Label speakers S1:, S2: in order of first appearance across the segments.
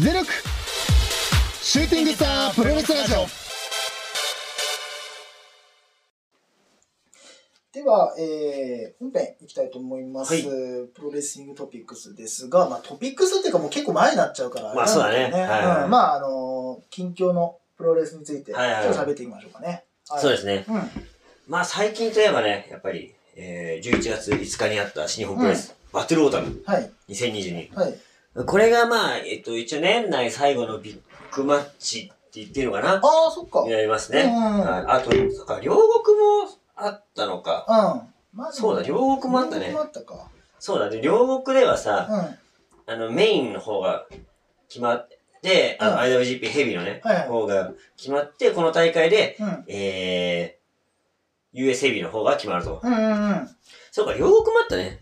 S1: ゼロクシューティングスタープロレスラジオ
S2: では、えー本編いきたいと思います、
S3: はい
S2: プロレスリングトピックスですが、まあ、トピックスっていうかもう結構前になっちゃうかられなんけど、
S3: まあそうだねはい
S2: うんまああのー近況のプロレスについてちょっ
S3: はいはいはい
S2: と喋っていきましょうかね、はい
S3: そうですね。
S2: うん
S3: まあ最近といえばね、やっぱり、えー、11月5日にあった新日本プロレス、バトルオータム
S2: はい
S3: 2022。
S2: はい
S3: これがまあ、えっと、一応年内最後のビッグマッチって言ってるのかな
S2: ああそっかう
S3: に
S2: ん
S3: なります
S2: う
S3: ね。
S2: んうん
S3: はいあと、そっか、両国もあったのか。
S2: まあ
S3: そうだ、両国もあった
S2: 両。
S3: ね
S2: 国もあったか
S3: そうだね、両国ではさ、
S2: うん
S3: あの、メインの方が決まって、あの、IWGP ヘビーのね、
S2: はいはい
S3: 方が決まって、この大会で、
S2: うん
S3: えー、US ヘビーの方が決まると。
S2: うんうんうん
S3: そうか、両国もあったね。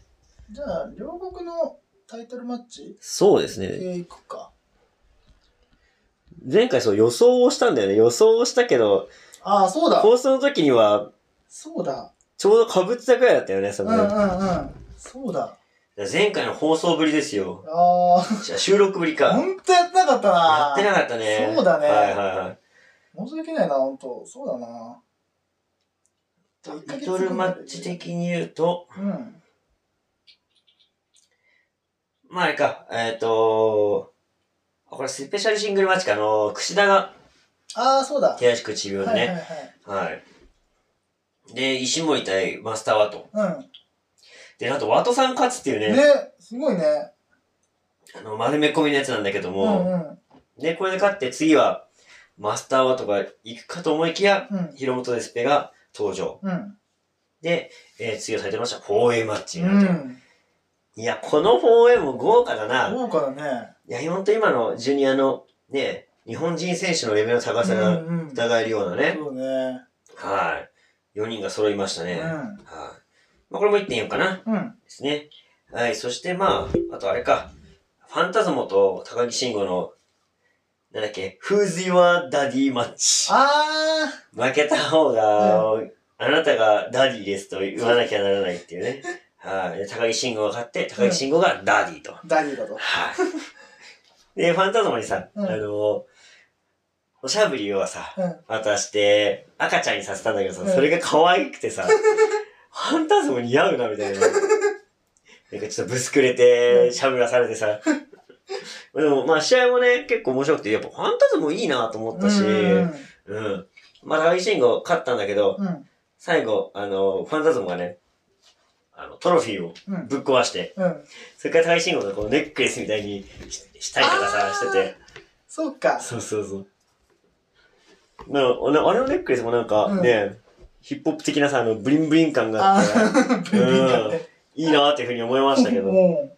S2: じゃあ両国のタイトルマッチ
S3: そうです
S2: え
S3: ね。
S2: ー、いくか
S3: 前回そう予想をしたんだよね。予想をしたけど、
S2: ああそうだ
S3: 放送の時には、
S2: そうだ
S3: ちょうど被ってたぐらいだったよね、
S2: う
S3: そ
S2: ん
S3: の
S2: うん
S3: ね。
S2: うんそうだ
S3: 前回の放送ぶりですよ。
S2: あ あ
S3: じゃあ収録ぶりか。
S2: ほんとやってなかったな
S3: やってなかったね。
S2: そうだね
S3: はいはいはい。
S2: 申し訳ないな、本当そうだな。1ヶ
S3: リ
S2: 月
S3: ト
S2: 後
S3: ルマッチ的に言うと、
S2: うん。
S3: まああれか、えっ、とあこれスペシャルシングルマッチか、あの櫛田が
S2: ああ、そうだ。
S3: 手足口病で
S2: はいはい
S3: ね。
S2: はい。
S3: はい。で、石森対マスターワト。
S2: うん。
S3: で、なんとワトさん勝つっていうね、
S2: ね、すごいね。
S3: あの、丸め込みのやつなんだけど
S2: う
S3: も、
S2: んうん。
S3: で、これで勝って次は、マスターワトが行くかと思いきや、
S2: うん。
S3: 広本デスペが登場。
S2: うん。
S3: で、えー、次はタイトルマッチは 4A マッチに
S2: う
S3: なると。
S2: ん。
S3: いや、この 4A も豪華だな。
S2: 豪華だね。
S3: いや、本当今のジュニアのね、日本人選手のレベルの高さ
S2: う
S3: が
S2: んうん。
S3: 疑えるようなね、
S2: そうね。
S3: はい。4人が揃いましたね。
S2: う
S3: はい。
S2: ん。
S3: まあ、これも1.4かな。
S2: うん。
S3: ですね。はい。そしてまあ、あとあれか。ファンタズモと高木慎吾の、なんだっけ、Who's Your Daddy マッチ。
S2: あ
S3: 負けた方が、あなたがダディですと言わなきゃならないっていうね。はい。で高木慎吾が勝って、高木慎吾がダディと。
S2: あ、ダディだと。
S3: はい。で、ファンタズマにさ、
S2: うん
S3: あの、おしゃぶりをさ、
S2: うん。
S3: 渡して、赤ちゃんにさせたんだけどさ、
S2: うん
S3: それが可愛く てさ、ファンタズマ似合うな、みたいな。なんかちょっとぶすくれ
S2: う
S3: て、
S2: ん
S3: しゃぶらされてさ。でも、まあ、試合もね、結構面白くて、やっぱファンタズマいいなと思ったし、
S2: うん
S3: うん。まあ、高木慎吾勝ったんだけど、
S2: うん。
S3: 最後、あの、ファンタズマがね、あの、トロフィーを
S2: うん。
S3: ぶっ壊して、
S2: うん。
S3: それから高木慎吾のこうネックレスみたいにししたりとか
S2: あー
S3: さ、してて。
S2: そうか。
S3: そうそうそう。なあのあれのネックレスもなんか
S2: うん
S3: ね、ヒップホップ的なさ、あの、ブリンブリン感があ
S2: あ
S3: って、
S2: あ、ビビンだね。
S3: いいなっていうふうに思いました けど。
S2: う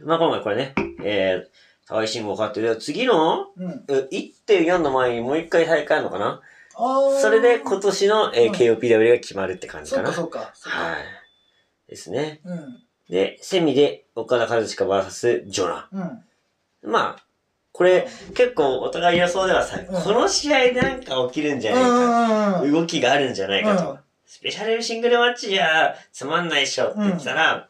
S3: まあ今回これね、えー、高木慎吾を買って、で次の
S2: ん。うん。
S3: え1.4の前にもう一回大会あるのかな
S2: ああ。
S3: それで今年の、えー
S2: うん
S3: KOPW が決まるって感じ
S2: そ
S3: か
S2: う
S3: な。
S2: か、
S3: はい
S2: そうか。そうか。
S3: ですね。
S2: うん。
S3: で、セミで岡田和親 VS ジョナ。
S2: うん。
S3: まあ、これ、結構お互い予想ではさ、
S2: ん
S3: この試合なんか起きるんじゃ
S2: う
S3: ないか、
S2: ん。うん。
S3: 動きがあるんじゃないかと、
S2: うん
S3: スペシャルシングルマッチじゃつまんないっしょって言ってたら、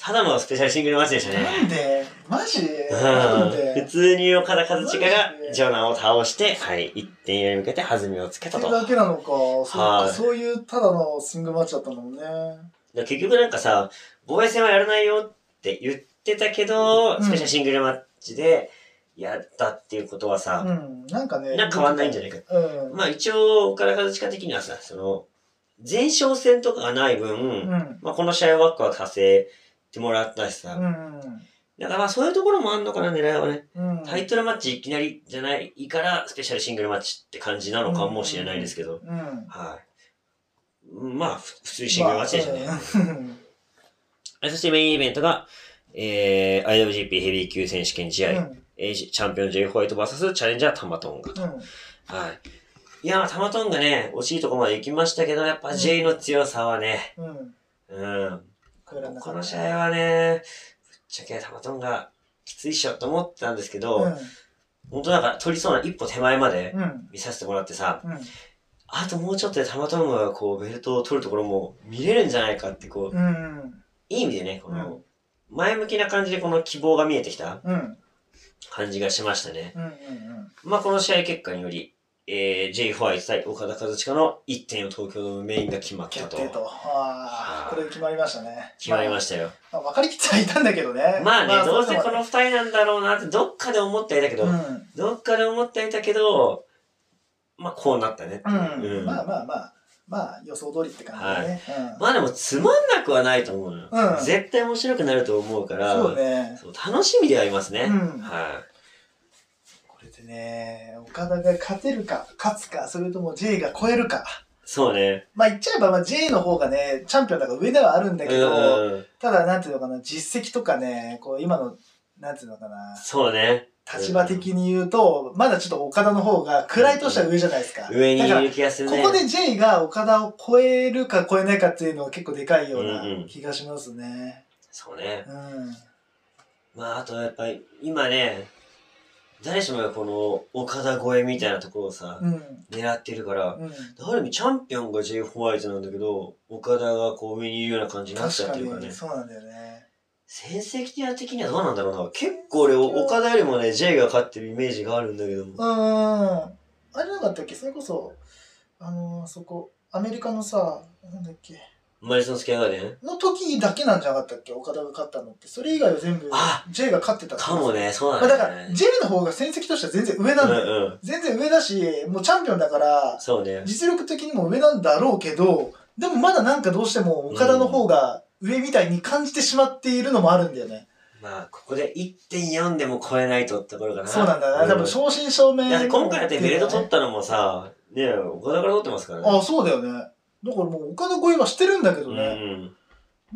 S3: ただのスペシャルシングルマッチでした
S2: なん
S3: ね。
S2: でマジなん
S3: う
S2: で
S3: ん、普通に岡田和親
S2: マジで
S3: がジョナを倒して、はい、1点に向けて弾みをつけた
S2: そ
S3: と
S2: れ。だけなのか。そう
S3: は
S2: か
S3: い
S2: そういうただのシングルマッチだったんだもんね。
S3: で結局なんかさ、防衛戦はやらないよって言ってたけど、
S2: うん
S3: スペシャルシングルマッチでやったっていうことはさ、
S2: うん。なんかね。
S3: なんか変わんないんじゃないか
S2: うん。
S3: まあ一応、岡田和親的にはさ、その、前哨戦とかがない分、
S2: うん。
S3: まあこの試合はワクワクさせてもらったしさ、
S2: うん。
S3: だからまあそういうところもあんのかな、狙いはね。
S2: うん。
S3: タイトルマッチいきなりじゃないから、スペシャルシングルマッチって感じなのかもしれないですけど、
S2: うん。
S3: はい。まあ、ふ普通にシングルマッチでしたね。
S2: うん
S3: そしてメインイベントが、えー、IWGP ヘビー級選手権試合、
S2: うん
S3: えーチャンピオン J ホワイト VS チャレンジャータマトンガと。はい。いやー、タマトンがね、惜しいとこまで行きましたけど、やっぱ J の強さはね、
S2: うん。うん。
S3: うん。
S2: これなんだか
S3: こ
S2: ら
S3: の試合はね、ぶっちゃけタマトンがきついっしょと思ってたんですけど、本当なんか取りそうな一歩手前まで
S2: うん。うん。
S3: 見させてもらってさ、
S2: うん。
S3: あともうちょっとでタマトンがこうベルトを取るところも見れるんじゃないかってこう、
S2: うん。
S3: いい意味でね、この、前向きな感じでこの希望が見えてきた
S2: うん。
S3: 感じがしましたね。
S2: うんうんうん。
S3: まあ、この試合結果により、えー、J. ホワイト対岡田和親の1点を東京ドームメインが決まった
S2: 決
S3: と。
S2: 定と。ああ、これ決まりましたね。
S3: 決まりま
S2: し
S3: したよ。
S2: た。まあ、分かりきってはいたんだけどね。
S3: まあね、どうせ
S2: れでも
S3: この二人なんだろうなって、どっかで思ってはいたけど、
S2: うん。
S3: どっかで思ってはいたけど、まあこうなったねっていうう。
S2: ん、まあまあまあ、まあ予想通りって感じだね。
S3: まあでもつまんなくはないと思うのよ。
S2: うん
S3: 絶対面白くなると思うから、
S2: うん。そうね。
S3: そう楽しみではありますね。
S2: うん
S3: は
S2: これでね、岡田が勝てるか、勝つか、それとも J が超えるか。
S3: い。そうね。
S2: まあ言っちゃえば、まあ、J の方がね、チャンピオンだから上ではあるんだけど、
S3: うん。
S2: ただなんていうのかな、実績とかね、こう今の、なんていうのかな、
S3: そうね。
S2: 立場的に言うと、まだちょっと岡田の方が位としては上じゃないですか。
S3: 上に
S2: だ
S3: い
S2: から
S3: る気がするね。
S2: ここで J が岡田を超えるか超えないかっていうのは結構でかいような
S3: うんうん
S2: 気がしますね。
S3: そうね。
S2: うん。
S3: まああとやっぱり今ね、誰しもがこの岡田超えみたいなところをさ、
S2: うん。
S3: 狙ってるから、
S2: うん。
S3: ある意味チャンピオンが J. ホワイトなんだけど、岡田がこう上にいるような感じになっ
S2: 確
S3: ちゃっ
S2: か
S3: てるからね
S2: に、。そうなんだよね。
S3: 戦績的にはどうなんだろうな。結構俺、岡田よりもね、J が勝ってるイメージがあるんだけども。
S2: うん。あれなかったっけそれこそ、あのーそこ、アメリカのさ、なんだっけ、
S3: マリソンスケアガーデン
S2: の時だけなんじゃなかったっけ岡田が勝ったのって。それ以外は全部
S3: あ
S2: J が勝ってたって
S3: かも。ね、そう
S2: ま
S3: な
S2: あ
S3: ん
S2: だか
S3: だ
S2: ら
S3: よね。
S2: J の方が戦績としては全然上なんだよ。
S3: うんうん。
S2: 全然上だし、もうチャンピオンだから、
S3: そうね。
S2: 実力的にも上なんだろうけど、でもまだなんかどうしても岡田の方が上みたいに感じてしまっているのもあるんだよね。
S3: まあ、ここで1.4でも超えないとってところかな。
S2: そうなんだな。多分
S3: だ
S2: 正真正銘。
S3: って今回だってベルト取
S2: っ
S3: ったのもさ、ね、岡田から取ってますから
S2: あ
S3: ね。
S2: あ、そうだよね。だからもう岡田超えはしてるんだけ
S3: う
S2: ど
S3: ん
S2: ね。
S3: うん。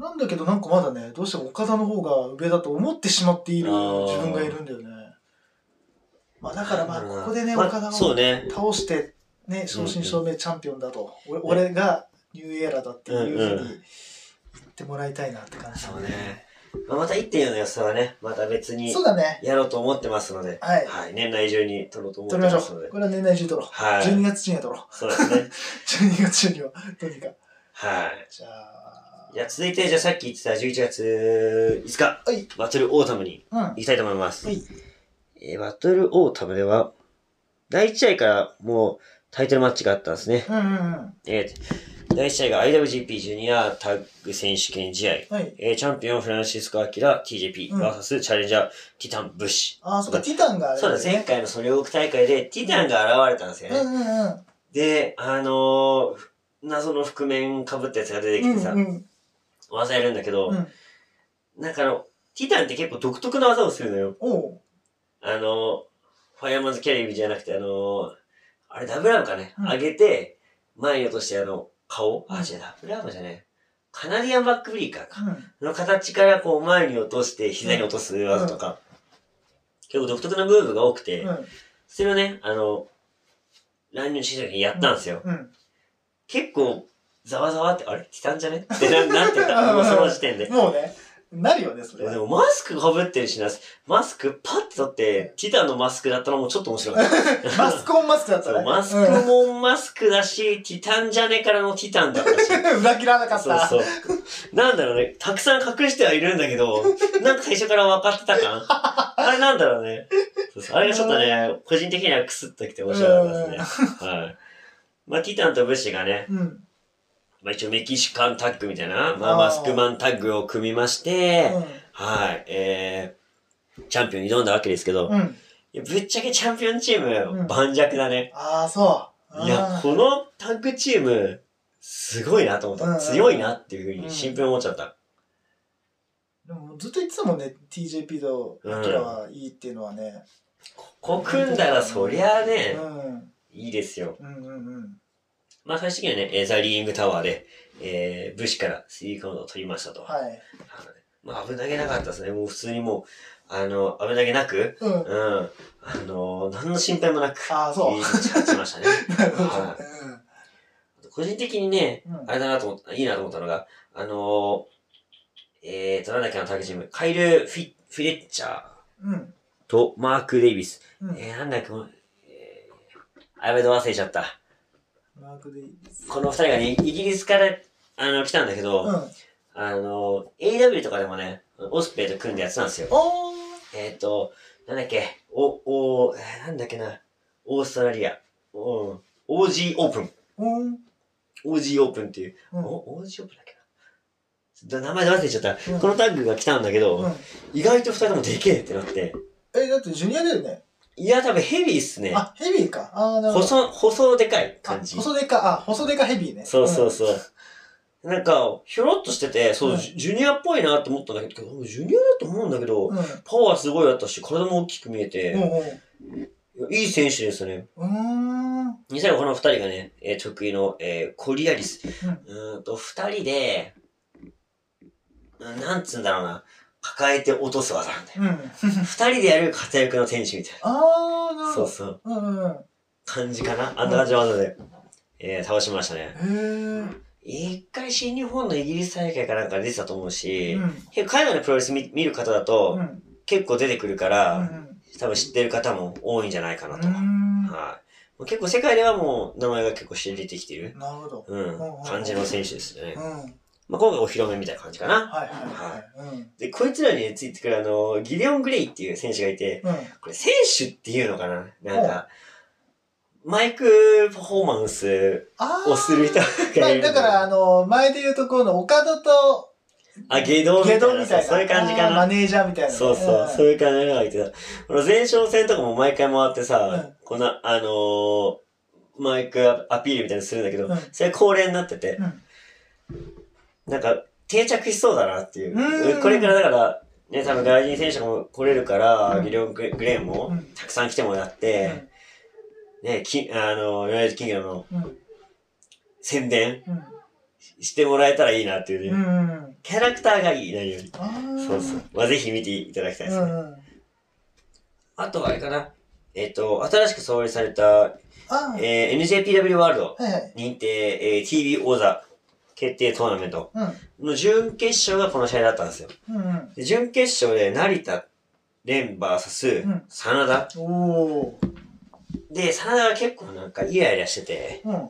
S2: なんだけどなんかまだね、どうしても岡田の方が上だと思ってしまっている
S3: あー
S2: 自分がいるんだよね。まあだからまあここでね、
S3: まあ
S2: 岡田を
S3: そうね。
S2: 倒して、ね、正真正銘チャンピオンだと、俺俺がニューエラーだっていうふうに言ってもらいたいなって感じだ
S3: そうね。まあまた1.4の予想はね、また別に
S2: そうだね。
S3: やろうと思ってますので、
S2: はい。
S3: はい。年内中に取ろうと思って
S2: 取りま
S3: ま
S2: し
S3: す
S2: ょ
S3: の
S2: う。
S3: で。
S2: これは年内中に取ろう。
S3: はい。
S2: 12月中には取ろう。
S3: そうですね。
S2: 12月中には、どうにか。
S3: はい。
S2: じゃあ、
S3: じゃあ続いて、じゃあさっき言ってた11月5日、
S2: はい
S3: バトルオータムに
S2: うん。
S3: 行きたいと思います。
S2: はい
S3: えーバトルオータムでは、第1試合からもうタイトルマッチがあったんですね。
S2: うんうんうん。
S3: えー第1試合が IWGP ジュニアタッグ選手権試合。
S2: はい。
S3: えーチャンピオンフランシスコ・アキラ TJP
S2: うん
S3: VS チャレンジャーティタン・ブッシ
S2: ああ、そっか、ティタンがあ
S3: ュ。
S2: れ
S3: そうだ、前回のソリオーク大会でティタンが現れたんですよ
S2: う
S3: ね。
S2: んうんうん。
S3: で、あのー謎の覆面被ったやつが出てきてさ、
S2: うんうん
S3: 技やるんだけど、
S2: うん。
S3: なんかあの、ティタンって結構独特な技をするのよ。
S2: おう。
S3: あの、ファイアマンズキャリビじゃなくて、あの、あれダブルアームかね、
S2: うん
S3: 上げて、前に落としてあの、顔、
S2: うん
S3: あ、違う、ダブルアームじゃねえ。カナディアンバックブリーカーか。
S2: うん
S3: の形からこう前に落として、膝に落とす技とか。結構独特なムーブが多くて、
S2: うん。
S3: それをね、あの、乱入してた時にやったんですよ。
S2: うん。
S3: 結構、ざわざわって、あれティタンじゃねってななってた。もうその時点で。
S2: もうね、なるよね、それ
S3: で。もマスクかぶってるしな、マスクパッて取って、ティタンのマスクだったのもちょっと面白かっ た。
S2: マスクオンマスクだった
S3: そう
S2: ね。
S3: マスクもマスクだし、ティタンじゃねからのティタンだったし。
S2: うん 裏切らなかった。
S3: そうそう。なんだろうね、たくさん隠してはいるんだけど、なんか最初から分かってた感あれなんだろうね。そうそうあれがちょっとね、個人的にはクスッときて面白かったですね。はい。まあ、ティタンとブッシュがね、
S2: うん。
S3: まあ一応メキシカンタッグみたいな、まあマスクマンタッグを組みまして、はい、えー、チャンピオンに挑んだわけですけど、
S2: うん。うん。
S3: いやぶっちゃけチャンピオンチー
S2: うん
S3: ム、盤石だね。
S2: ああ、そう。
S3: いや、このタッグチーム、すごいなと思
S2: うん
S3: った。強いなっていうふうにシンプルに思っちゃった。
S2: でもずっと言ってたもんね、TJP とアキラはいいっていうのはね。
S3: ここ組んだらそりゃあ
S2: う
S3: ね、
S2: ん。
S3: いいですよ。
S2: うんうんうん。
S3: まあ最終的にはね、えーザ・リーイングタワーで、えー、武士からスリーカウントを取りましたと。
S2: はい。
S3: まあ危なげなかったですね。もう普通にもう、あの、危なげなく、
S2: うん。
S3: うん、あの、何の心配もなく、
S2: ああ、そう。
S3: いい勝ち勝ち ましたね。
S2: なるほ
S3: は
S2: ど。
S3: 個人的にね、
S2: うん。うん
S3: あれだなと思った、いいなと思ったのが、あのー、えーと、なんだっけな、タッグチーム、カイル・フィフィレッチャー
S2: うん。
S3: とマーク・デイビス。
S2: うん。
S3: えー、なんだっけ、もうえー、あやべど忘れちゃった。
S2: マークでいいです。
S3: この二人がね、イギリスから、あの、来たんだけど、
S2: うん。あ
S3: あのー、AW とかでもね、オスプレイと組んでやってたんですよ。
S2: あ。
S3: えーと、なんだっけ、お、お、えーなんだっけな、オーストラリア、うん、OG オープン、
S2: うん。
S3: OG オープンっていう、
S2: うん。
S3: お OG オープンだっけな。ちょっと名前で忘れちゃった。
S2: うん
S3: このタッグが来たんだけど、
S2: うん
S3: 意外と二人ともでけえってなって、
S2: え、だってジュニアだよね。
S3: いや、多分ヘビーっすね。
S2: あ、ヘビーか。あーなるほど。
S3: 細、細でかい
S2: あ
S3: 感じ。
S2: 細デカ、あ、細デカヘビーね。。
S3: そうそううんそう。なんか、ひょろっとしてて、そう、
S2: うん
S3: ジュジュニアっぽいなって思ったんだけど、ジュニアだと思うんだけど、
S2: うん。
S3: パワーすごいあったし、体も大きく見え
S2: う
S3: て、
S2: ん
S3: いい選手ですよね。
S2: うん。うーん。
S3: 実際この二人がね、えー得意の、えーコリアリス。
S2: うん
S3: うーんと、二人で、うんなんつうんだろうな、抱えて落とす技なんだよ。
S2: うん。
S3: 二人でやる活躍の選手みたい
S2: あー、な
S3: な。
S2: るほ
S3: そう
S2: ど。
S3: そう。
S2: うんうんうん。
S3: 感じかな。あんな感じの技で、えー倒しましたね。
S2: へー
S3: 一回新日本のイギリス大会かなんか出てたと思うし、
S2: うん。
S3: 結構海外のプロレス見見る方だ
S2: うん。う
S3: と、
S2: ん
S3: 結構出てくるから、
S2: うん。
S3: 多分知ってる方も多いんじゃないかな
S2: う
S3: と。
S2: ーんな
S3: はい。結構世界ではもう名前が結構知れてきてる、
S2: るほど。
S3: うん
S2: うん、
S3: 感じの選手ですね
S2: うん。。はい
S3: まあ、今回お披露目みたいな感じかな。
S2: はいはい。うん。
S3: で、こいつらについてくるあの、ギデオン・グレイっていう選手がいて、
S2: うん。
S3: これ選手っていうのかななんか、マイクパフォーマンス
S2: あー。
S3: をする人が
S2: ま
S3: い
S2: あ、
S3: る。
S2: だから、あの、前で言うところの、岡戸と、
S3: あ、ゲドンみた
S2: ゲ
S3: いな
S2: ドみたいな。
S3: そういう感じか
S2: あー
S3: な
S2: マ。ネージャーみたいなね。
S3: そうそう、
S2: ん
S3: そういう感じのがいてさ、この前哨戦とかも毎回回ってさ、
S2: うん
S3: こんな、あのー、マイクアピールみたいにするんだけど、
S2: うん
S3: それ恒例になってて、
S2: うん
S3: なんか定着しそうだなっていう。
S2: うん
S3: これからだから、ね、多分外人選手も来れるから、
S2: うん
S3: ギリオン・グレーンも
S2: うん
S3: たくさん来てもらって、ね、きあのー、ヨネイズ・キングダムの
S2: うん。うん。
S3: 宣伝
S2: うん。
S3: してもらえたらいいなっていうね。
S2: うんうん。
S3: キャラクターがいい、何より。
S2: あー
S3: そうそう。。まあ、ぜひ見ていただきたいです
S2: う
S3: ね。
S2: んうん。
S3: あとはあれかな。えっ、と、新しく創立された、
S2: あー。
S3: えー NJPW ワール
S2: は
S3: ド
S2: いはい。
S3: 認定、えー TV 王座決定トーナメント
S2: うん。
S3: の準決勝がこの試合だったんですよ。
S2: うん
S3: で準決勝で成田、レンバーサス
S2: うん、
S3: 真田。
S2: うん。おお。
S3: で、真田は結構なんかイライラしてて、
S2: うん。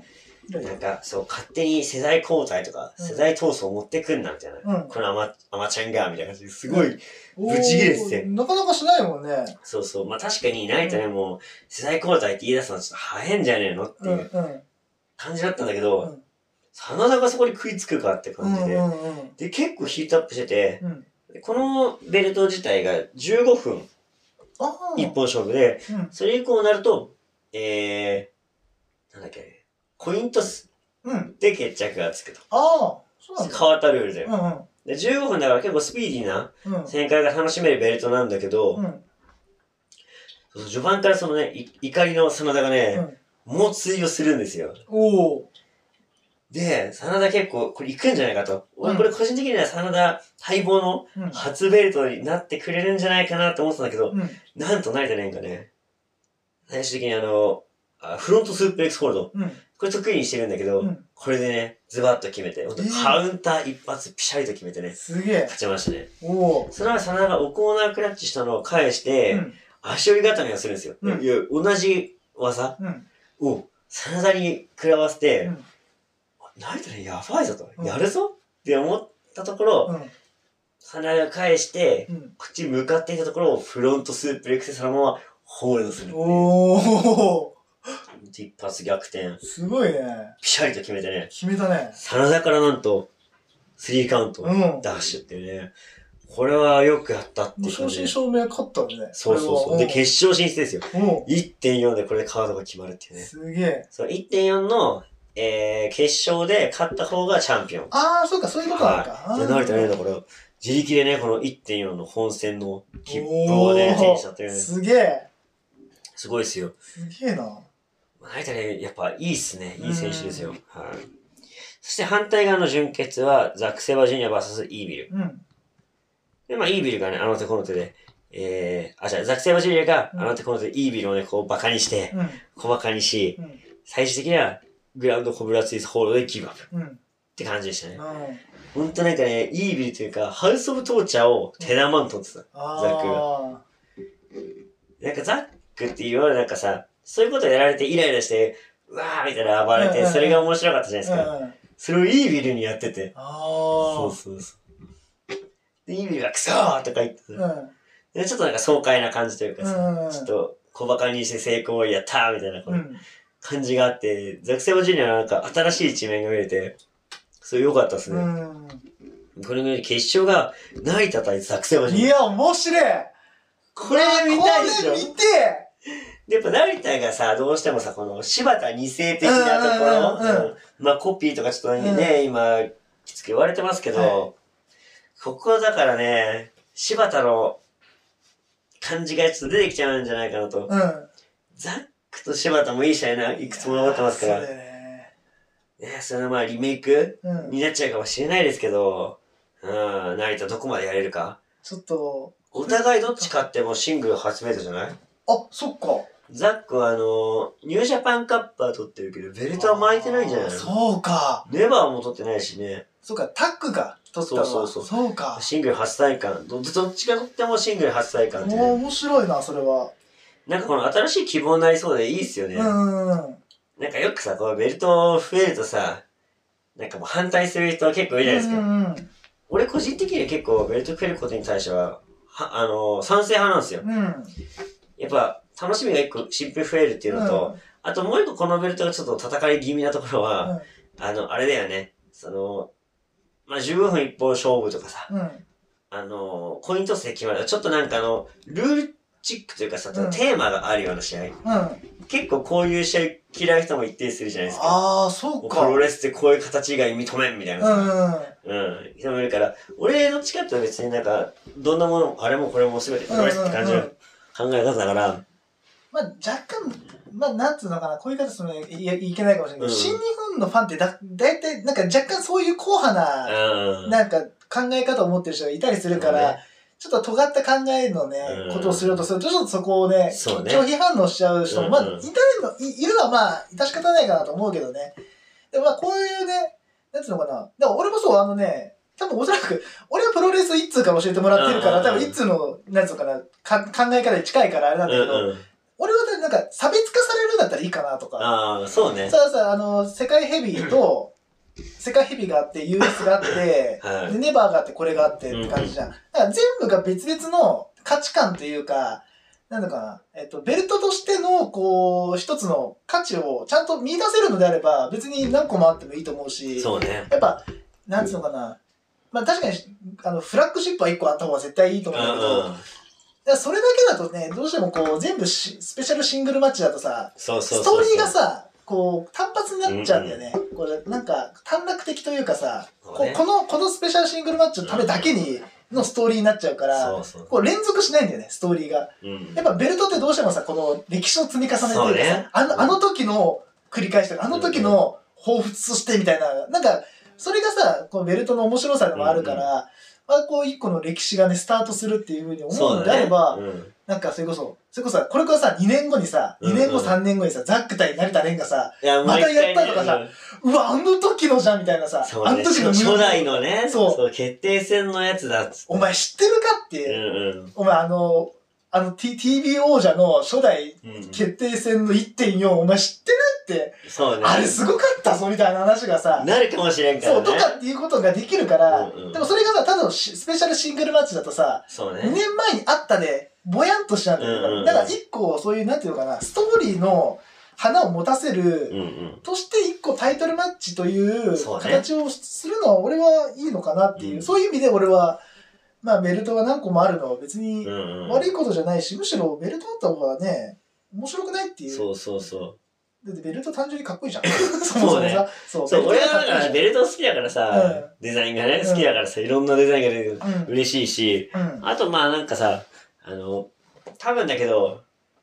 S2: いろいろ
S3: なんかそう勝手に世代交代とか
S2: うん
S3: 世代闘争を持ってくんなみたいな。
S2: うん
S3: このアマアマちゃんが、みたいな感じですごい、
S2: おー
S3: ブチギレっすね
S2: なかなかしないもんね。
S3: そうそう。まあ確かに成田ね、もう世代交代って言い出すのはちょっと早いんじゃねえのって
S2: う
S3: い
S2: ん
S3: う
S2: うん。
S3: 感じだったんだけど、
S2: うん
S3: 真田がそこに食いつくかって
S2: う
S3: 感じ
S2: ん
S3: で、
S2: うんうん。
S3: で結構ヒートアップしてて
S2: うん。
S3: でこのベルト自体が15分
S2: ああ。
S3: 一本勝負で、
S2: うん。
S3: それ以降になるとえー、なんだっけあれコイントス
S2: うん。
S3: で決着がつくと
S2: ああ。そうなんだ。
S3: 変わったルールだよ、
S2: う
S3: で15分だから結構スピーディーなん
S2: うん。
S3: 旋回が楽しめるベルトなんだけど、
S2: うん。うん。
S3: そう序盤からそのねい怒りの真田が
S2: う
S3: ね、
S2: ん。
S3: 猛追をするんですよ
S2: おお。
S3: で真田結構これ行くんじゃないかと、俺
S2: うん
S3: これ個人的には真田待望の
S2: うん。
S3: 初ベルトになってくれるんじゃないかなって思ってたんだけど、
S2: うん。
S3: なんと成田蓮がね、最終的にあの、あフロントスープレックスホールド。
S2: うん。
S3: これ得意にしてるんだけど、
S2: うん
S3: これでね、ズバッと決めて、ほんと
S2: えー
S3: カウンター一発ピシャリと決めてね、
S2: すげえ。
S3: 勝ちましたね。
S2: おお。
S3: その後、真田がおコーナークラッチしたのを返し
S2: う
S3: て、
S2: ん。
S3: 足折り固めをするんですよ。
S2: うん
S3: いや同じ技
S2: うん。
S3: を真田に食らわせて、
S2: うん
S3: 成田蓮やばいぞと、
S2: うん
S3: やるぞって思ったところ、
S2: うん。
S3: 真田が返して、
S2: うん。
S3: こっちに向かっていたところをフロントスープレックスでそのままホールドするっていう。
S2: おお。
S3: 一発逆転。
S2: すごいね。
S3: ピシャリと決めてね。
S2: 決めたね。
S3: 真田からなんと、スリーカウント、
S2: うん。
S3: ダッシュっていうね。これはよくやったって
S2: も
S3: いうう
S2: 正
S3: 感じ
S2: 真
S3: で。
S2: 正銘勝ったね。
S3: そうそうそう。で、決勝進出ですよ。
S2: 勝。お
S3: 1.4でこれでカードが決まるってい
S2: お。
S3: うね。
S2: すげえ。
S3: そう、1.4の、えー、決勝で勝った方がチャンピオン。
S2: ああ、そうか、そういうことなのか。あ
S3: で、
S2: ー
S3: 成田ね、だから、自力でね、この1.4の本戦の切符をね、
S2: おー
S3: 手にしたというね。
S2: すげえ。
S3: すごいですよ。
S2: すげえな。
S3: 成田ね、やっぱいいっすね。いい選手ですよ。はい。そして反対側の準決は、ザック・セバージュニア VS イービル。
S2: うん。
S3: で、まあ、イービルがね、あの手この手で、えー、あ、じゃザック・セバージュニアが、
S2: うん
S3: あの手この手でイービルをね、こう、バカにして、
S2: うん。
S3: 小バカにし、
S2: うん。
S3: 最終的には、グラウンド・コブラツイス・ホールドでギブアップっ
S2: うん。
S3: て感じでしたね。
S2: うん。
S3: ほんとなんかね、イービルというか、ハウス・オブ・トーチャーを手玉に取ってた。
S2: あ
S3: なんかザックっていうようななんかさ、そういうことやられてイライラして、うわーみたいな暴れ
S2: うん
S3: て、
S2: うんうん
S3: それが面白かったじゃない
S2: あ
S3: で
S2: ー。
S3: すか。
S2: うん。
S3: それをイービルにやってて、
S2: ああ。
S3: そうそうそう。で、意味がクソーとか言ってた。
S2: うん。
S3: でちょっとなんか爽快な感じというか
S2: う
S3: さ、
S2: ん。
S3: ちょっと小馬鹿にして成功、やったーみたいなこ
S2: う。
S3: うん感じがあって、ザクセボジュニアのなんか新しい一面が見れて、それ良かったです
S2: う
S3: ね。
S2: ん。
S3: これの決勝が、成田対ザクセボジュ
S2: い
S3: ニア。
S2: や、面白い
S3: これ見たいでしょ
S2: これ見て
S3: でやっぱ成田がさ、どうしてもさ、この柴田二世的なところ、
S2: うんうんうんうん
S3: うんまあコピーとかちょっとね、今、きつく言われてますけど、
S2: は
S3: ここだからね、柴田の感じがちょっと出てきちゃうんじゃないかなと。
S2: うん。
S3: ザックと柴田もいい試合ないくつも残ってますか
S2: そ
S3: ら。
S2: う
S3: ね、
S2: だよね
S3: それのまあリメイク
S2: うん。
S3: になっちゃうかもしれないですけど、うん、成田どこまでやれるか。
S2: ちょっと、
S3: お互いどっち勝ってもシングル初めてじゃない
S2: あ、そっか。
S3: ザックはあの、ニュージャパンカップは取ってるけど、ベルトは巻いてないんじゃない
S2: あー
S3: の
S2: そうか。
S3: ネバーも取ってないしね。
S2: そうか、タッグが取ったのは
S3: そうそうそう
S2: そうか。
S3: シングル初体感。どどっちが取ってもシングル初体感って
S2: おー
S3: ね。
S2: 面白いな、それは。
S3: なんかこの新しい希望になりそうでいいっすよね。
S2: うんうんうん。
S3: なんかよくさ、このベルト増えるとさ、なんかもう反対する人は結構いるじゃないですか。
S2: うんうん
S3: 俺個人的には結構ベルト増えることに対しては、はあの賛成派なんですよ。
S2: うん。や
S3: やっぱ、楽しみが一個シンプル増えるっていうのと、あともう一個このベルトがちょっと戦い気味なところは、あの、あれだよね。その、まあ、15分一本勝負とかさ、
S2: うん、うん。
S3: あの、コイントスで決まる。ちょっとなんかあの、ルールチックというかさ、
S2: うん
S3: テーマがあるような試合。
S2: うん。あ
S3: 結構こういう試合嫌い人も一定するじゃないですか。
S2: あー、そう
S3: プ
S2: か。
S3: ロレスってこういう形以外認めんみたいな
S2: う
S3: さ。
S2: んうん。
S3: うん。人もいるから、俺どっちかっていうと別になんか、どんなものも、あれもこれも全てプロレスって感じの
S2: うんうんうん
S3: 考え方だから、
S2: まあ、若干、まあ、なんつうのかな、こういう方、その、いや、いけないかもしれないけど、
S3: うん
S2: 新日本のファンってだ、だいたい、なんか若干そういう硬派な、
S3: うん。
S2: なんか考え方を持ってる人がいたりするから、
S3: ね
S2: ちょっと尖った考えのね、
S3: うん
S2: ことをするとすると、ちょっとそこをね、
S3: そうね
S2: 拒否反応しちゃう人も、まあ、
S3: うんうん
S2: いたりのい、いるのはまあ、致し方ないかなと思うけどね。でもまあ、こういうね、なんつうのかな、だから俺もそう、あのね、多分おそらく、俺はプロレス一通から教えてもらってるから、
S3: うんうん
S2: 多
S3: うん
S2: 分一通の、なんつうのかなか、考え方に近いからあれなんだけど、
S3: うんうん。
S2: 俺はなんか差別化されるんだったらいいかなとか。
S3: ああ、そうね。
S2: さあさあ、あの、世界ヘビー と、世界ヘビーがあって、US があって、
S3: はい
S2: でネバーがあって、これがあってって感じじゃん。だから全部が別々の価値観というか、なんだかな、えっと、ベルトとしての、こう、一つの価値をちゃんと見出せるのであれば、別に何個もあってもいいと思うし、
S3: そうね。
S2: やっぱ、なんつうのかな、まあ確かに、あの、フラッグシップは一個あった方が絶対いいと
S3: うん
S2: 思
S3: う
S2: うんだけど、
S3: ん。
S2: だからそれだけだとねどうしてもこう全部しスペシャルシングルマッチだとさ
S3: そうそうそう
S2: ス
S3: そ
S2: ト
S3: う。
S2: ーリーがさこう単発になっちゃうんだよね、これなんか短絡的というかさ
S3: そうね
S2: ここのこのスペシャルシングルマッチのためだけにのストーリーになっちゃうから、
S3: そうそう。
S2: こう連続しないんだよねストーリーが
S3: うん
S2: やっぱベルトってどうしてもさこの歴史の積み重ねというか
S3: そ
S2: さ
S3: うね
S2: あのあの時の繰り返しとかあの時の彷彿としてみたいななんかそれがさこのベルトの面白さでもあるから、
S3: うん
S2: まあ、こう一個の歴史がねスタートするっていうふうに思うのであれば、
S3: そうだね
S2: なんかそれこそ、それこそさ、これからさ、2年後にさ、
S3: うん
S2: 2
S3: うん
S2: 年後、3年後にさ、ザック対成田蓮がさ、
S3: うんいや
S2: またやったとかさ、
S3: もう一回ね
S2: うわ、あの時のじゃんみたいな
S3: うん
S2: さ、
S3: そう
S2: あの
S3: ね、
S2: 時の
S3: 初初代のね、
S2: そう
S3: そう、決定戦のやつだっつって。
S2: お前知ってるかって
S3: う
S2: いう、
S3: ん
S2: お前あの、あの、T、TV 王者の初代
S3: うんうん。
S2: 決定戦の1.4、お前知ってるって、
S3: そうね。
S2: あれすごかったぞみたいな話がさ、
S3: なるかもしれんか
S2: そ
S3: ら
S2: う、
S3: ね。
S2: とかっていうことができるから、
S3: うんうん
S2: でもそれがさ、ただのしスペシャルシングルマッチだとさ、
S3: そ
S2: 2
S3: うね。
S2: 年前にあったで、ぼやんとしちゃうんだよ、
S3: うんうんうん
S2: だから一個、そういう、なんていうのかな、ストーリーの花を持たせる、
S3: うんうん。
S2: として一個タイトルマッチという
S3: そうね
S2: 形をするのは俺はいいのかなっていう、
S3: うん
S2: そういう意味で俺は、まあベルトが何個もあるのは別に
S3: うんうん。
S2: 悪いことじゃないし、むしろベルトあった方がね、面白くないっていう。
S3: そうそうそう。
S2: だってベルト単純にかっこいい じゃん。そもそもさ。そう
S3: そう、俺
S2: ベル
S3: は
S2: トが
S3: だ
S2: かっ
S3: か
S2: こいい
S3: らベルト好きだからさ、デザインがね、好きだからさ、いろんなデザインが出てる
S2: じゃん。
S3: 嬉しいし、
S2: うん。うん。
S3: あとまあなんかさ、あの、多分だけど、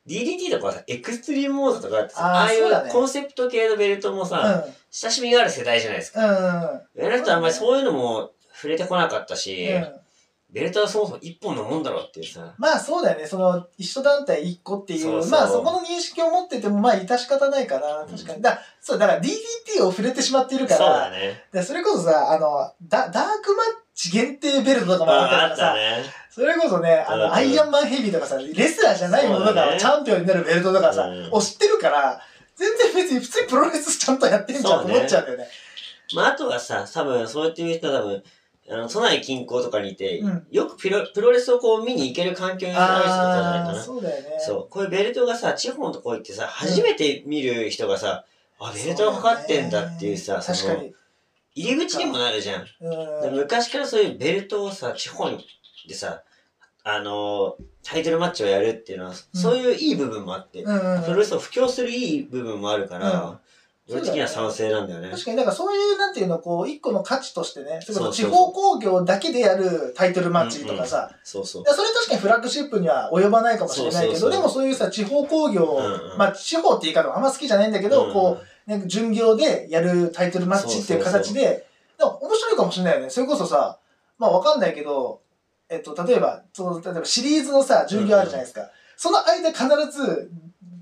S3: DDT とかさ、エクストリームモードとかあってさ、
S2: あー
S3: ああい
S2: そうだね
S3: うコンセプト系のベルトもさ、親しみがある世代じゃないですか。
S2: う
S3: ベルトはあんまりそういうのも触れてこなかったし、
S2: ん。うん。うん。
S3: ベルトはそもそも一本のもんだろうっていうさ。
S2: まあそうだよね。その、一緒団体一個っていう、
S3: そうそう
S2: まあそこの認識を持ってても、まあ致し方ないかな。確かに。だそう、だから DDT を触れてしまっているか
S3: そう
S2: ら、
S3: だね。
S2: でそれこそさ、あの、ダダークマッチ限定ベルトとかもあった
S3: あ
S2: から
S3: あった
S2: さ、
S3: ね。
S2: それこそね、あ
S3: うん
S2: の、アイアンマンヘビーとかさ、レスラーじゃないもの
S3: そうだ
S2: が
S3: ね
S2: チャンピオンになるベルトとかさ
S3: うん、
S2: を知ってるから、全然別に普通にプロレスちゃんとやってんじゃんと
S3: そうね
S2: 思っちゃうんだよね。
S3: まああとはさ、多分そうやって言う人は多分、あの、都内近郊とかにいて、
S2: うん
S3: よくプロプロレスをこう見に行ける環境になる人だったんじゃない
S2: あ
S3: か
S2: あ、
S3: な。
S2: そうだよね。
S3: そう。こういうベルトがさ、地方のとこ行ってさ、初めて見る人がさ、あ、ベルトがかかってんだっていうさ、
S2: 確
S3: そ
S2: か
S3: の、
S2: に。
S3: 入り口にもなるじゃん。で
S2: うん。
S3: 昔からそういうベルトをさ、地方にでさ、あのー、タイトルマッチをやるっていうのは、そういういい部分もあって、
S2: うん
S3: プロレスを布教するいい部分もあるから、
S2: うん
S3: 俺的には賛成なんだよね。
S2: 確かに、なんかそういう、なんていうの、こう、一個の価値としてね、それこそ地
S3: そうそうそ
S2: 方工業だけでやるタイトルマッチとかさ、
S3: そうそう
S2: い。やそれ確かにフラッグシップには及ばないかもしれないけど、
S3: そうそうそう
S2: でもそういうさ、地方工業、
S3: うんうん
S2: まあ地方って言い方はあんま好きじゃないんだけど、こう、なんか巡業でやるタイトルマッチっていう形で、でも面白いかもしれないよね。それこそさ、まあわかんないけど、えっと、例えば、そう例えばシリーズのさ、巡業あるじゃないですか。その間必ず、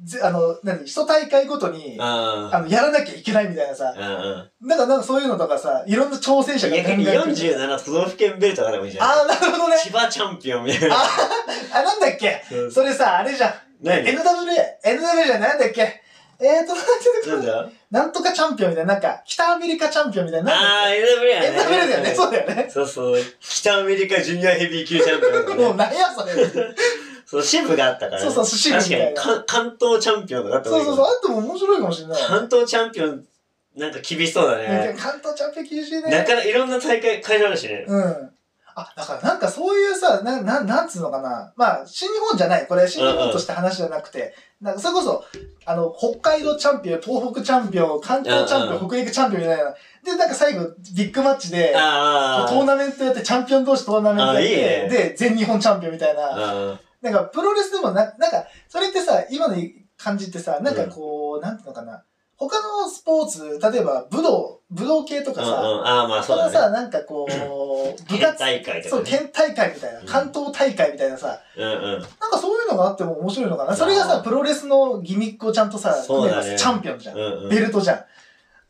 S2: ぜあの、何、一大会ごとに、
S3: あ
S2: あの、やらなきゃいけないみたいなさ
S3: あ、、あ
S2: なんか、なんかそういうのとかさ、いろんな挑戦者が考
S3: 逆
S2: え
S3: に
S2: てる
S3: 47都道府県ベルトがでもいいじゃん。
S2: ああ、なるほど ね。
S3: 千葉チャンピオンみたいな。
S2: あ、なんだっけ
S3: うん
S2: それさ、あれじゃん。
S3: 何
S2: NWA、NWA じゃなんだっけえーと、なんていうの
S3: なんだ
S2: なんとかチャンピオンみたいな、なんか、北アメリカチャンピオンみたいな。
S3: あ
S2: なん
S3: あ、
S2: だっ
S3: NWA
S2: け NWA だよね、そううだよね。
S3: そうそう。北アメリカジュニアヘビー級チャンピオンと か
S2: もう
S3: ね。
S2: なんやそれ。
S3: そう、支部があったからね。
S2: そうそう支部みたいな
S3: 確かに、か関東チャンピオンとかあったも
S2: そ
S3: ん
S2: う
S3: ね
S2: そうそう、あっても面白いかもしれない。
S3: 関東チャンピオン、なんか厳しそうだね。
S2: 関東チャンピオン厳しい
S3: な
S2: ね。
S3: かなかいろんな大会、会場あるしね。
S2: うん。あ、だからなんかそういうさ、な、ななんつうのかな。まあ、新日本じゃない。これ、新日本として話じゃなくて、なんかそれこそ、あの、北海道チャンピオン、東北チャンピオン、関東チャンピ
S3: うん
S2: オン、北陸チャンピオンみたいな。で、なんか最後、ビッグマッチで、
S3: ああ。
S2: トーナメントやって、チャンピオン同士トーナメントやっ
S3: あいい
S2: て、
S3: ね
S2: で、全日本チャンピオンみたいな。
S3: あ
S2: なんか、プロレスでもな、なんか、それってさ、今の感じってさ、なんかこう、なんていうのかな。他のスポーツ、例えば武道、武道系と
S3: あ。う
S2: か
S3: んう
S2: さ、
S3: ん。ああ、まあそ
S2: そうれは
S3: だ
S2: さ、
S3: ね。
S2: なんかこう、部
S3: 県
S2: 活、
S3: 大会と
S2: そ
S3: か
S2: う、
S3: ね。
S2: 県大会みたいな
S3: うん、
S2: 関東大会みたいなさ、
S3: うんうん。
S2: なんかそういうのがあっても面白いのかな。それが
S3: あ
S2: さ、
S3: ー
S2: プロレスのギミックをちゃんとさ、
S3: そうだね
S2: 組めばチャンピオンじゃん。
S3: うんうん。
S2: ベルトじゃん。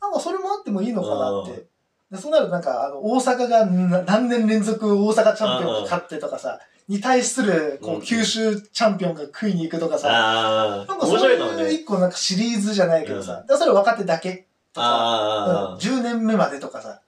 S2: なんかそれもあってもいいのかなって。でそうなるとなんか、あの、大阪がな何年連続大阪チャンピオンが勝ってとかさ、に対する、こ
S3: う
S2: う、
S3: ん
S2: 九州チャンピオンが食いに行くとかさ、な
S3: あ
S2: ん
S3: あ。
S2: か
S3: 面
S2: そう
S3: 白いかも
S2: いう
S3: ね。
S2: 一個なんかシリーズじゃないけど
S3: うん
S2: さ、だからそれ若手だけとか、うん
S3: ああ。
S2: 10年目までとかさ、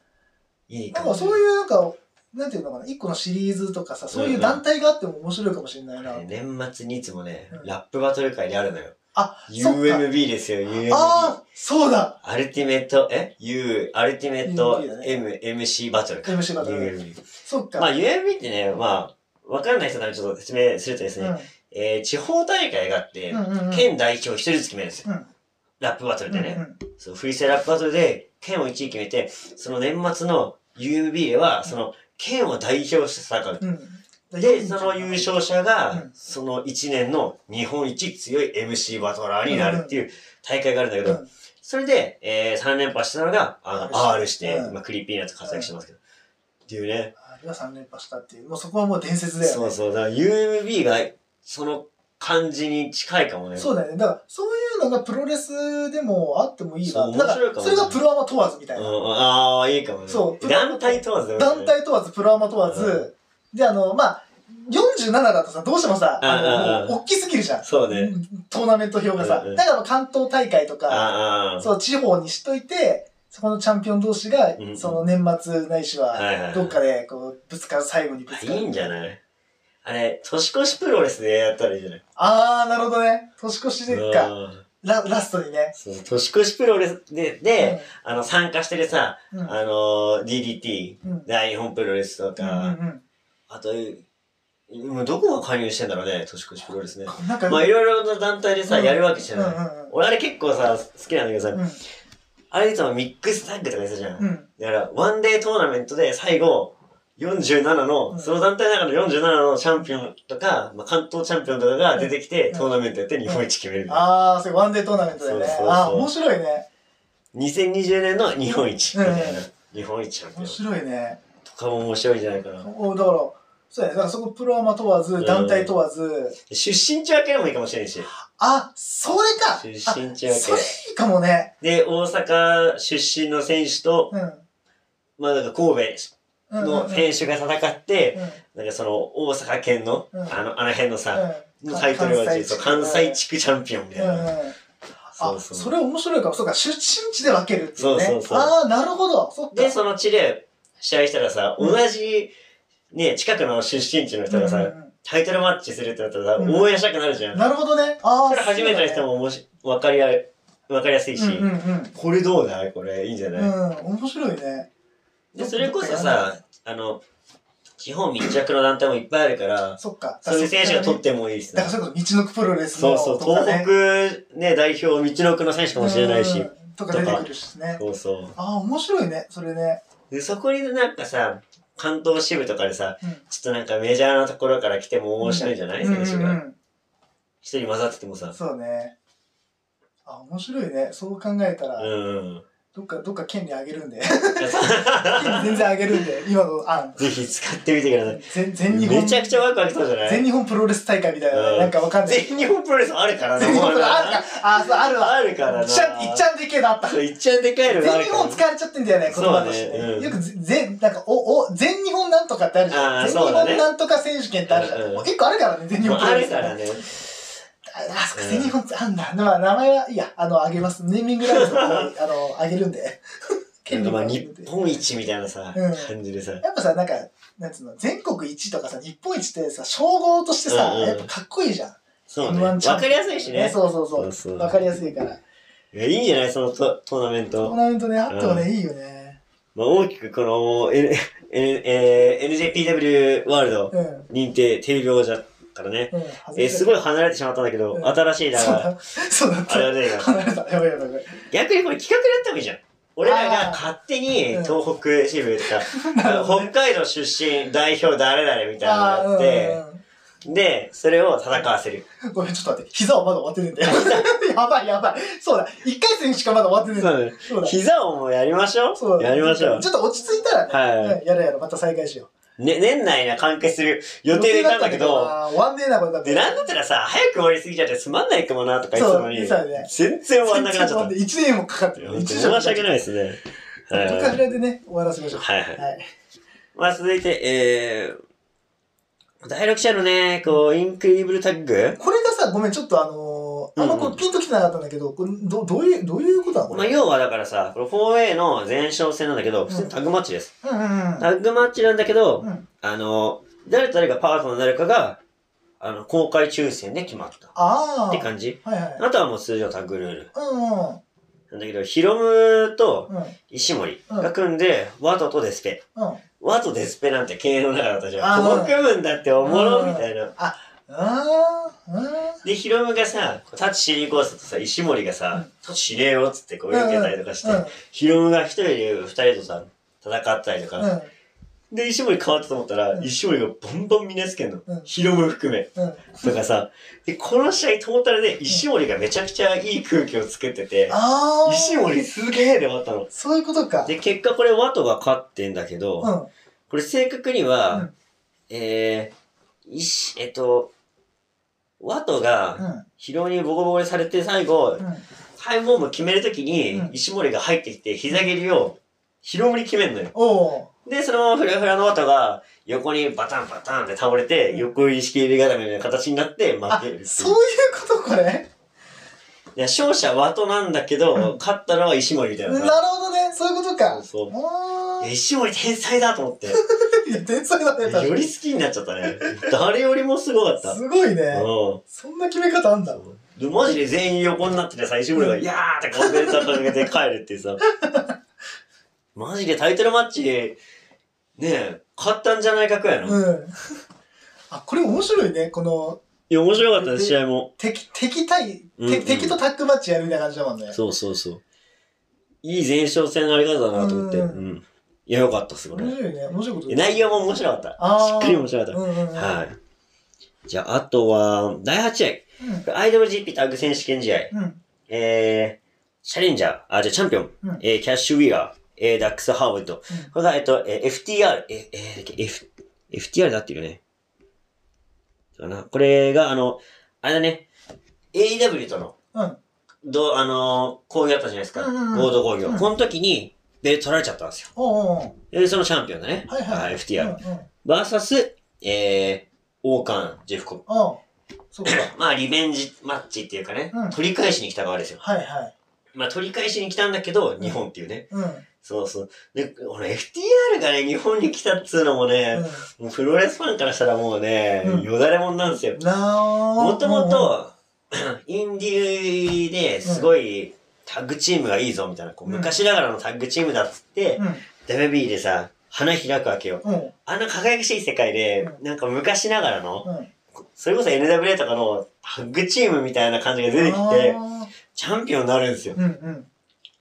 S3: いい
S2: な
S3: か
S2: ん
S3: も
S2: か
S3: ね。
S2: そういうなんか、なんていうのかな、一個のシリーズとかさ、そういう団体があっても面白いかもしれないな。
S3: ね年末にいつもね、
S2: うん
S3: ラップバトル会であるのよ。
S2: あ、そっか。
S3: UMB ですよ、UMB。
S2: ああ、そうだ
S3: アルティメット、え ?U、アルティメット
S2: UMB だね
S3: M、MC バトルか。
S2: !MC バトル。
S3: UMB。
S2: そっか。
S3: まあ UMB ってね、まあ、わかんない人のためにちょっと説明するとですね、えー地方大会があって、
S2: うんうんうんうん。
S3: 県代表一人ずつ決めるんですよ。
S2: うん
S3: ラップバトルでね。
S2: うんうん
S3: そう、フリースタイルラップバトルで、県を1位決めて、その年末の UMB では、その、県を代表して戦う。
S2: うん。
S3: で、その優勝者
S2: う
S3: が
S2: ん、
S3: その1年の日本一強い MC バトラーになるっていう大会があるんだけ
S2: う
S3: ど、
S2: ん
S3: それで、えー、3連覇したのが、あの、
S2: R
S3: R して、
S2: うん
S3: 今、クリーピーナッツ活躍してますけど。っていうね。
S2: あれは3連覇したっていう。もうそこはもう伝説だよね。
S3: そうそう。だから UMB が、その感じに近いかもね。
S2: そうだよね。だから、そういうのがプロレスでもあってもいい
S3: そう
S2: な。だか、
S3: 面白いから
S2: そ
S3: も
S2: れがプロアマ問わずみたい
S3: うん
S2: な。
S3: ああ、いいかもね。
S2: そう
S3: 団体問わずだよね
S2: 団体問わず、プロアマ問わず。で、あの、まあ、47だとさ、どうしてもさ、あ
S3: うんうんうん
S2: の、もう大きすぎるじゃん。
S3: そうね。
S2: トーナメント表がさ
S3: うんうん。
S2: だから関東大会とか、
S3: ああ。
S2: そう、地方にしといて、そこのチャンピオン同士が
S3: うんう、ん
S2: その年末ないし
S3: はいはいは
S2: は、
S3: い
S2: どっかで、こう、ぶつかる、最後にぶ
S3: あ
S2: つか
S3: いい
S2: る
S3: ん。じゃないあれ、年越しプロレスでやったらいいじゃない
S2: あー、なるほどね。年越しでっか。
S3: うん
S2: ララストにね。
S3: そう年越しプロレスで、で、あの、参加してるさ、
S2: うんうん
S3: あのー、DDT、
S2: うんうん
S3: 大日本プロレスと
S2: う
S3: か、
S2: ん
S3: あと、もうどこが加入してんだろうね、年越しプロレスね。
S2: うんなんか、
S3: まあ、いろいろな団体でさ、
S2: うん
S3: やるわけじゃ
S2: うん
S3: ない。
S2: うんうん
S3: 俺、あれ結構さ、好きなんだけどさ、
S2: うん
S3: あれいつもミックスタッグとかやってたじゃん。
S2: うん
S3: だから、ワンデートーナメントで最後、47の、
S2: うん
S3: その団体の中の47のチャンピオンとか、まあ、関東チャンピオンとかが出てきて、
S2: うん
S3: トーナメントやって日本一決めるみたいな。
S2: あー、それワンデートーナメントだよね
S3: そうそう。そう
S2: あー、面白いね。
S3: 2020年の日本一みたいな。
S2: う
S3: 日本一チャンピオン
S2: 面白いね。
S3: とかも面白いんじゃないかな。
S2: おだから、そうやね。だからそこプロアマ問わず、団体問わず、
S3: 出身地分けでもいいかもしれんし。
S2: あ、それか
S3: 出
S2: あ
S3: 身地分
S2: それいいかもね。
S3: け。で、大阪出身の選手と、
S2: うん。
S3: まあ、なんか神
S2: う
S3: 戸
S2: んうんうん
S3: の選手が戦って、
S2: うん
S3: なんかその大阪県の、
S2: うん
S3: あの、あの辺のさ、
S2: うん
S3: のタイトルが
S2: 関
S3: 関
S2: 西地
S3: 西
S2: 区
S3: 関西地区チャンピオンみたいな。
S2: うんうん
S3: そ
S2: あ、
S3: うそう
S2: それ面白いかも。そうか、出身地で分けるっていうね。
S3: そうそうそう
S2: ああ、なるほど。そっか。
S3: で、その地で、試合したらさ、
S2: うん
S3: 同じ、ね、近くの出身地の人がさ、
S2: うん
S3: タイトルマッチするってなったらさ、
S2: うん
S3: 応援したくなるじゃん。
S2: なるほどね。ああ、
S3: それ初めての人もおもし、わかりや、わかりやすいし、
S2: そうだねうんうん
S3: これどうだこれいいんじゃない、
S2: うん。うん、面白いね。
S3: でそれこそさ、あの、地方密着の団体もいっぱいあるから、
S2: そっか。
S3: そういう選手が取っ
S2: だ
S3: てもいいし
S2: か
S3: さ
S2: ら。それこそ、道のくプロレス
S3: そ
S2: の
S3: うそう、
S2: とかね
S3: 東北ね、代表、道のくの選手かもしれないし
S2: う。んとか出てくるしね。
S3: そうそ
S2: ああ、面白いね、それね。
S3: う。で、そこになんかさ、関東支部とかでさ、
S2: うん
S3: ちょっとなんかメジャーなところから来ても面白いんじゃない、選手
S2: うんう
S3: が。
S2: ん
S3: 一人混ざってても
S2: うん
S3: さ。
S2: そうね。あ、面白いね。そう考えた
S3: う
S2: ら、
S3: ん。
S2: どっか、どっか権利あげ るんで。権利
S3: ぜ
S2: 全然あげるんで、今の案。
S3: ひ使ってみてください。
S2: 全全日本。
S3: めちゃくちゃワクワクしたじゃない
S2: 全日本プロレス大会みたいな、
S3: うん
S2: なんかわかんない。
S3: 全日本プロレスあるからな。
S2: 全日本プロレスあるか。あ、そう、あるわ。
S3: あるからな。
S2: いっちゃん、いっちゃんでけえなあった。
S3: そういっちゃんでかいのがあ
S2: 全
S3: る
S2: 日
S3: から
S2: 本使われちゃってんだよね、言葉として
S3: そうだ
S2: ね。
S3: ねうん
S2: よくぜ、全、なんか、お、お、全日本なんとかってあるじゃ
S3: あ
S2: ん。
S3: ー
S2: 全日
S3: そうだね
S2: 本なんとか選手権ってあるじゃん。
S3: うんうん
S2: もう一個あるからね、全日
S3: も
S2: 本
S3: う
S2: プロ
S3: あ
S2: レ
S3: る
S2: ス。
S3: からね。
S2: ああ、そっか、
S3: うん
S2: 全日本ってあんだ。まあ、名前は、いいや、あの、あげます。ネーミングラインズの方にあの、あげるん で。
S3: な
S2: 権
S3: ん
S2: 利
S3: か
S2: もあ
S3: まあ
S2: げ
S3: 日
S2: るんで。
S3: 本一みたいなさ、
S2: うん
S3: 感じでさ。
S2: やっぱさ、なんか、なんつうの、全国一とかさ、日本一ってさ、称号としてさ、
S3: うんうん
S2: やっぱかっこいいじゃん。
S3: そうね。わ
S2: M1 チャン
S3: かりやすいしね。
S2: そうそうそう。わ
S3: そうそう
S2: かりやすいから。
S3: いやいいんじゃないそのトトーナメン
S2: トー
S3: ト。
S2: ナメントね、あっても
S3: う
S2: ね、いいよね。
S3: まあ、大きくこの、N えー NJPW ワールド
S2: うん。うん。
S3: 認定テレビ王者からね。えーすご
S2: い。
S3: い離れてしまったんだけど、
S2: うん
S3: 新しいな
S2: そうだ、そうだっ
S3: あれ
S2: た。
S3: はね、
S2: 離れた。やばいやばいやばい。
S3: 逆にこれ企画でやった方がいいじゃん。俺ら
S2: あー
S3: が勝手に
S2: うん
S3: 東北支部とか、
S2: なるほど
S3: 北
S2: ね
S3: 海道出身代表誰々みたいなの
S2: あ
S3: があって、
S2: ーうんうん
S3: で、それを戦わせる。
S2: うんごめん、ちょっと待って。膝はまだ終わってねえんだよ。 やばいやばい。そうだ。一回戦しかまだ終わってねえんだよ。
S3: そうね。
S2: そうだ。
S3: 膝をもうやりましょ
S2: そう
S3: う。やりましょう
S2: ち。ょっと落ち着いたらね。
S3: はい
S2: うんやろうやろう、また再開しよ
S3: ね、年内な完結する
S2: う。
S3: 予定でいたんだけ
S2: 予定
S3: ど、
S2: だったけどな終わんねえな、これだって。
S3: で、なんだったらさ、早く終わりすぎちゃってつまんないかもなとか言ってたのに、
S2: そうそうだね
S3: 全然終わんなくなっちゃった。
S2: 1年もかかってるよ。
S3: 本当
S2: 一
S3: に
S2: 年も
S3: 申
S2: か
S3: し
S2: かって
S3: 訳
S2: る
S3: ないですね。は
S2: ど
S3: い
S2: っかしらでね、終わらせましょう。
S3: はいはい
S2: はい。
S3: まあ続いて、えー、第6試合のね、こう、インクリーブルタッグ
S2: これがさ、ごめん、ちょっとあのー、あんまこ
S3: うんう
S2: うピンときてなかったんだけど、これどどういう、どういうことなのこ
S3: まあ
S2: れ。
S3: 要はだからさ、これ 4A の前哨戦なんだけど、普通にタッグマッチです。
S2: うんうん
S3: タッグマッチなんだけど、
S2: うん。
S3: あの、誰と誰がパートナーになるかが、あの、公開抽選で決まった。
S2: ああ。
S3: って感じ。
S2: はいはい。
S3: あとはもう通常タッグルール。
S2: うんう
S3: なんだけど、ヒロムと
S2: ん。うん。
S3: 石森が組んで、ワトとデスペ。
S2: うん。
S3: ワトデスペなんて経営の中だったじ
S2: あ
S3: ゃん。
S2: うん
S3: ここ組むんだっておも
S2: う
S3: ろ
S2: ん
S3: みたいな。
S2: ああ。うん。
S3: で、ヒロムがさ、タッチ知りコースとさ、石森がさ、タッチ知れよっつってこう受けたりとかして、
S2: うん。
S3: ヒロムが一人で二人とさ、戦ったりと
S2: う
S3: か。
S2: ん。
S3: で、石森変わったと思ったら、
S2: うん
S3: 石森がバンバンみんなつけんの。
S2: うん
S3: ヒロム含め。
S2: うん。
S3: とかさ、で、この試合トータルで石森がめちゃくちゃいい空気を作ってて、
S2: ああ。
S3: 石森すげえで終わったの。
S2: そういうことか。
S3: で、結果これワトが勝ってんだけど、
S2: うん。
S3: これ正確に
S2: う
S3: は
S2: ん、
S3: えー、石、えっと、ワト
S2: う
S3: が、
S2: ん。
S3: 疲労にボコボコにされて最後
S2: う、ん。
S3: タイムボム決めるときに
S2: うん、
S3: 石森が入ってきて、膝蹴りを、疲労に決めんのよ。
S2: おう
S3: で、そのままフラフラのワトが、横にバタンバタンって倒れて
S2: う、ん
S3: 横意識入り固めみたいな形になって、負
S2: あ
S3: けるっていう。
S2: そういうことこれ
S3: いや、勝者はとなんだけど、勝ったのは石森みたい
S2: なる
S3: な
S2: ほど
S3: さ。
S2: ねそういうこと
S3: そ
S2: か
S3: うそう。
S2: あ
S3: いや石森天才だと思って、
S2: ーいや天才だね 確かに
S3: より好きになっちゃったね。誰よりもすごかった。うん。
S2: すごいねそんな決め方あんだ
S3: そうでマジで全員横になってて最終俺が、いやーって顔で掲げて帰るっていう さ。マジでタイトルマッチ、ねえ、勝ったんじゃないかくらいの。い
S2: うんあこれ面白いねこの
S3: や、面白かったね、試合も。
S2: 敵敵対て
S3: うんうん
S2: 敵とタッグマッチやるみたいな感じだもんね
S3: そうそうそう。いい前哨戦のあり方だなと思って。
S2: う
S3: うんん。いや、よかったっす、これ
S2: 面。白いね面白いこと
S3: で内容も面白かった。
S2: あー
S3: しっかり面白かった。
S2: うんうんうん
S3: はい。じゃあ、あとは、第8
S2: うん
S3: 試合。アイドル GP タッグ選手権試合。
S2: うん
S3: えー、チャレンジャー、あ、じゃあチャンピオン。
S2: うん
S3: えー、キャッシュウィーラー、えー、ダックス・ハーブッド。
S2: うん
S3: これが、えっと、えー、FTR、えー、えーだっけ、F、FTR だっていうよね。かな。これが、あの、あれだね、AEW との、
S2: うん
S3: どう、あのー、抗議あったじゃないですか。
S2: うんうんうん
S3: 合同抗議を。
S2: うん
S3: この時に、ベルト取られちゃったんですよ。
S2: おうおう
S3: で、そのチャンピオンだね。
S2: はいはい
S3: あ FTR。
S2: うんうん
S3: バーサス、えー、王冠、ジェフコブ。
S2: あそうか
S3: まあ、リベンジマッチっていうかね、
S2: うん
S3: 取り返しに来た側ですよ。
S2: はいはい
S3: まあ、取り返しに来たんだけど、日本っていうね。
S2: うん
S3: そうそう。で、俺 FTR がね、日本に来たっつうのもね、もうプロレスファンからしたらもうね、
S2: うん
S3: よだれもんなんですよ。
S2: なあ
S3: もとも、と、インディーですごいタッグチームがいいぞみたいな、こう
S2: うん
S3: 昔ながらのタッグチームだっつって、
S2: うん。
S3: WB でさ、花開くわけよ。
S2: うん。うん
S3: あの輝かしい世界で、なんか昔ながらの、
S2: うん。
S3: それこそ NWA とかのタッグチームみたいな感じが出てきて、
S2: あ
S3: チャンピオンになるんですよ
S2: ー。うん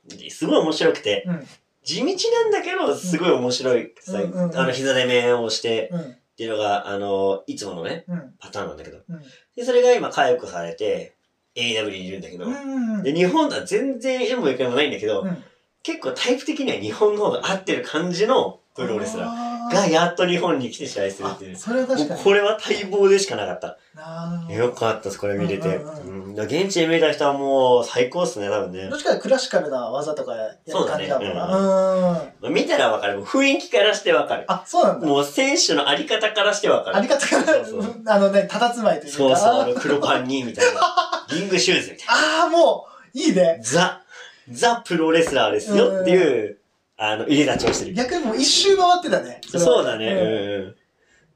S2: うん。
S3: ですごい面白くて、
S2: うん。
S3: 地道なんだけど、すごい面白い。さ
S2: うんうんうん
S3: あの、膝で面をして、
S2: うん。
S3: っていうのが、あの、いつものね、
S2: うん。
S3: パターンなんだけど。
S2: うん。
S3: で、それが今回復されて、AW にいるんだけど、
S2: うん。
S3: で、日本とは全然縁もゆかりもないんだけど、
S2: うん
S3: 結構タイプ的には日本の方が合ってる感じのプロレスラ
S2: あ
S3: ー
S2: ー
S3: がやっと日本に来て試合する
S2: あ
S3: っていう。
S2: それは
S3: も
S2: 確
S3: う
S2: かに。
S3: これは待望でしかなかった。
S2: なる
S3: よ
S2: ほ
S3: かったです、これ見れて。
S2: うんうんう
S3: うんだから現地で見れた人はもう最高っすね、多分ね
S2: ど。ど。っちかというとクラシカルな技とかやる感じだもんな。
S3: そう
S2: うん。
S3: まあ見たらわかる。もう雰囲気からしてわかる。
S2: あ、そうなんだ。
S3: もう選手のあり方からしてわか
S2: あ
S3: る。
S2: りがたから、
S3: そうそう
S2: あのね、たたつまいというか。
S3: そうそう、あの黒パンに、みたいな。リングシューズみたい
S2: ああ、もう、いいね
S3: な。。ザ、ザプロレスラーですよっていう、あの、入れ立ちをしてる。
S2: 逆にもう一周回ってたね。れは
S3: そうだね。うんう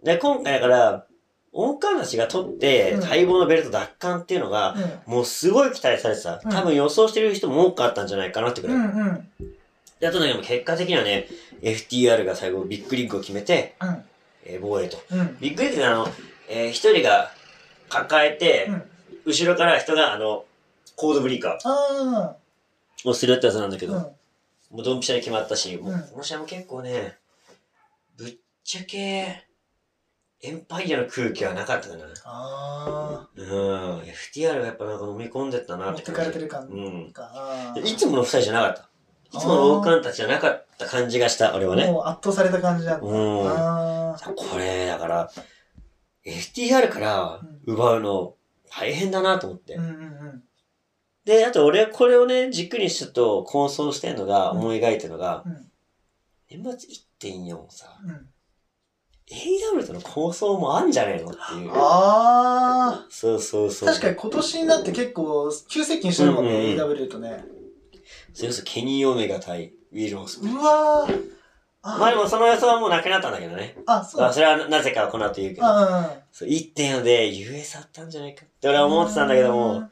S3: ん。で、今回だから、恩返しが取って、
S2: うん
S3: 待望のベルト奪還っていうのが、もうすごい期待されてた。
S2: うん
S3: 多分予想してる人も多かったんじゃないかなってく
S2: う
S3: らい。
S2: ん。うんうん。
S3: で、あとね、でも結果的にはね、FTR が最後ビッグリッグを決めて、
S2: うん。
S3: えー防衛と。
S2: うん。
S3: ビッグリッグがあの、えー一人が抱えて、
S2: うん
S3: 後ろから人があの、コードブリーカ
S2: あ
S3: ーをするってやつなんだけ
S2: ー
S3: ど、
S2: うん。
S3: もうドンピシャで決まったし、も
S2: うん
S3: うこの試合も結構ね、ぶっちゃけ、エンパイアの空気はなかったかな。
S2: あ
S3: うん。FTR がやっぱなんか飲み込んでった
S2: あ。
S3: な
S2: 持
S3: っ
S2: ってて
S3: 感
S2: かれ
S3: じ
S2: て。る感
S3: うん。
S2: か。あー
S3: いつもの二人じゃなかった。いつもの王冠たちじゃなかった感じがした、俺はね。
S2: もう圧倒された感じなんだ。
S3: うん。
S2: ああ。
S3: これ、だから、FTR から奪うの大変だなと思って。
S2: うんうん
S3: で、あと俺はこれをね、軸にちょっと構想してんのが、
S2: うん
S3: 思い描いてるのが、
S2: うん
S3: 年末1.4をさ、
S2: うん。うん。
S3: AW との構想もあんじゃねえのっていう。
S2: ああ。
S3: そうそうそう。
S2: 確かに今年になって結構急接近してるもんね、
S3: うんうんうん
S2: AW とね。
S3: それこそケニー・オメガ対ウィル・オスプレイ
S2: うわー
S3: まあで
S2: あ。
S3: もその予想はもうなくなったんだけどね。
S2: あ、そう
S3: ま
S2: だ
S3: あそれはなぜかこの後言うけど。
S2: あ
S3: そう1.4で US あったんじゃないかって
S2: あ
S3: 俺は思ってたんだけども、。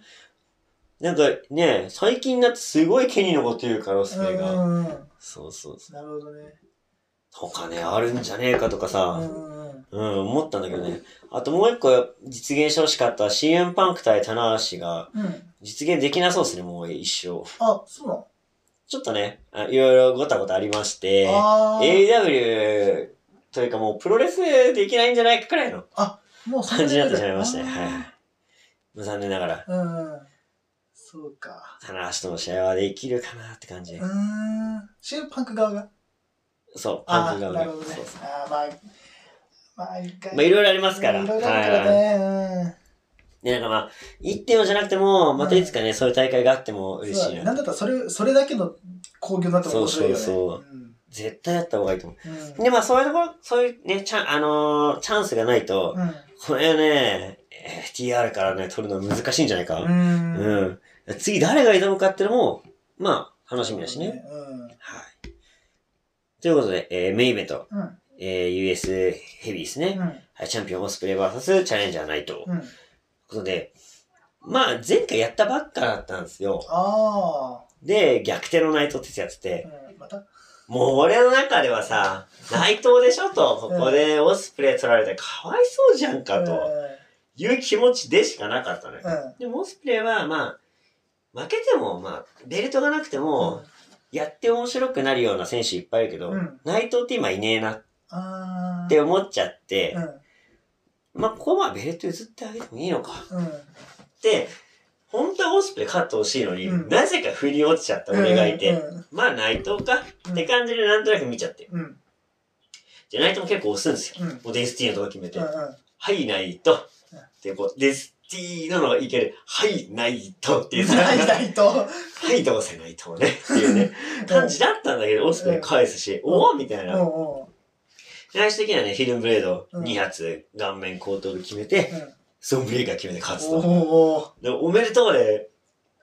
S3: なんかね、最近になってすごいケニーのこと言うから、オス
S2: う
S3: プレイ
S2: んう
S3: が。
S2: んうん。
S3: そうそうそう。
S2: なるほどね。
S3: とかね、あるんじゃねえかとか
S2: う
S3: さ、
S2: んうんうん。
S3: うん、思ったんだけどね。あともう一個実現してほしかった CM パンク対棚橋が
S2: うん。
S3: 実現できなそうですね、もう一生。
S2: あ、そうなの
S3: ちょっとね、あいろいろごたごたありまして、
S2: あー
S3: AW というかもうプロレスできないんじゃないかくらいの
S2: もうそん
S3: 感じになってしまいました
S2: ね。
S3: ね。はい。まあ残念ながら、
S2: あーうん。そうか。
S3: 棚橋との試合はできるかなって感じで
S2: う。ーん。シンパンク側が。
S3: そう、パン
S2: あ
S3: ク
S2: あ、
S3: が
S2: なるほどね
S3: そうそ。う
S2: ああ、まあ、まあ、一回。
S3: まあいろいろありますから。
S2: いろいろあるか
S3: はいはい
S2: らね。
S3: で、なんかまあ、一点をじゃなくても、またいつかね、そういう大会があっても
S2: うん
S3: 嬉
S2: そう
S3: し
S2: だね。
S3: い
S2: な
S3: な。
S2: んだったらそれ、それだけの興行だったら面白いよね。
S3: そうそう
S2: うん
S3: 絶対やった方がいいと思
S2: うん。
S3: う。で、まあそういうところ、そういうね、チャン、あのーチャンスがないと、これね、FTR からね、取るの難しいんじゃないか。
S2: うん。うん。
S3: うん。次誰が挑むかっていうのも、まあ、楽しみだしね。
S2: うん。
S3: はい。ということで、えーメインイベント、
S2: うん。
S3: えー US ヘビーですね。はい、チャンピオンオスプレイ VS チャレンジャーナイト。という
S2: うん。うん。
S3: ことで、まあ、前回やったばっかだったんですよ。
S2: あ
S3: で、逆転のナイトってやって
S2: あ。
S3: て、
S2: うん。また
S3: もう俺の中ではさ、内藤でしょと、ここでオスプレイ取られてかわいそうじゃんかという気持ちでしかなかったのよ
S2: う。ん。うん
S3: でもオスプレイはまあ、負けてもまあ、ベルトがなくても、やって面白くなるような選手いっぱいいるけど、
S2: うん
S3: 内藤って今いねえな
S2: ああ。
S3: って思っちゃって
S2: う、
S3: まあ、ここはベルト譲ってあげてもいいのか
S2: ん。うん。
S3: って、本当はオスプレイ勝ってほしいのに、
S2: うん
S3: なぜか振り落ちちゃった俺がいて、
S2: うん
S3: まあ内藤か
S2: うん
S3: って感じでなんとなく見ちゃって。
S2: うん。うん。
S3: じゃ内藤も結構押すんですよ。
S2: うん。
S3: もうデスティーノとか決めて、
S2: うん
S3: はい、内藤
S2: うん。
S3: で、こう、デスティーノのいける、はい、内藤っていうさ、
S2: ない
S3: は
S2: ないと。
S3: い、どうせ内藤ね、っていうね、感じだったんだけど、オスプレイ返すし、
S2: うん
S3: おおみた
S2: う
S3: い
S2: ん
S3: な。
S2: うん。
S3: 最終的にはね、ヒルンブレード
S2: うん
S3: 2発、顔面後頭部決めて、
S2: うん
S3: ソンブレイカー決めて勝つ
S2: お
S3: と。
S2: お
S3: でおめでとうで、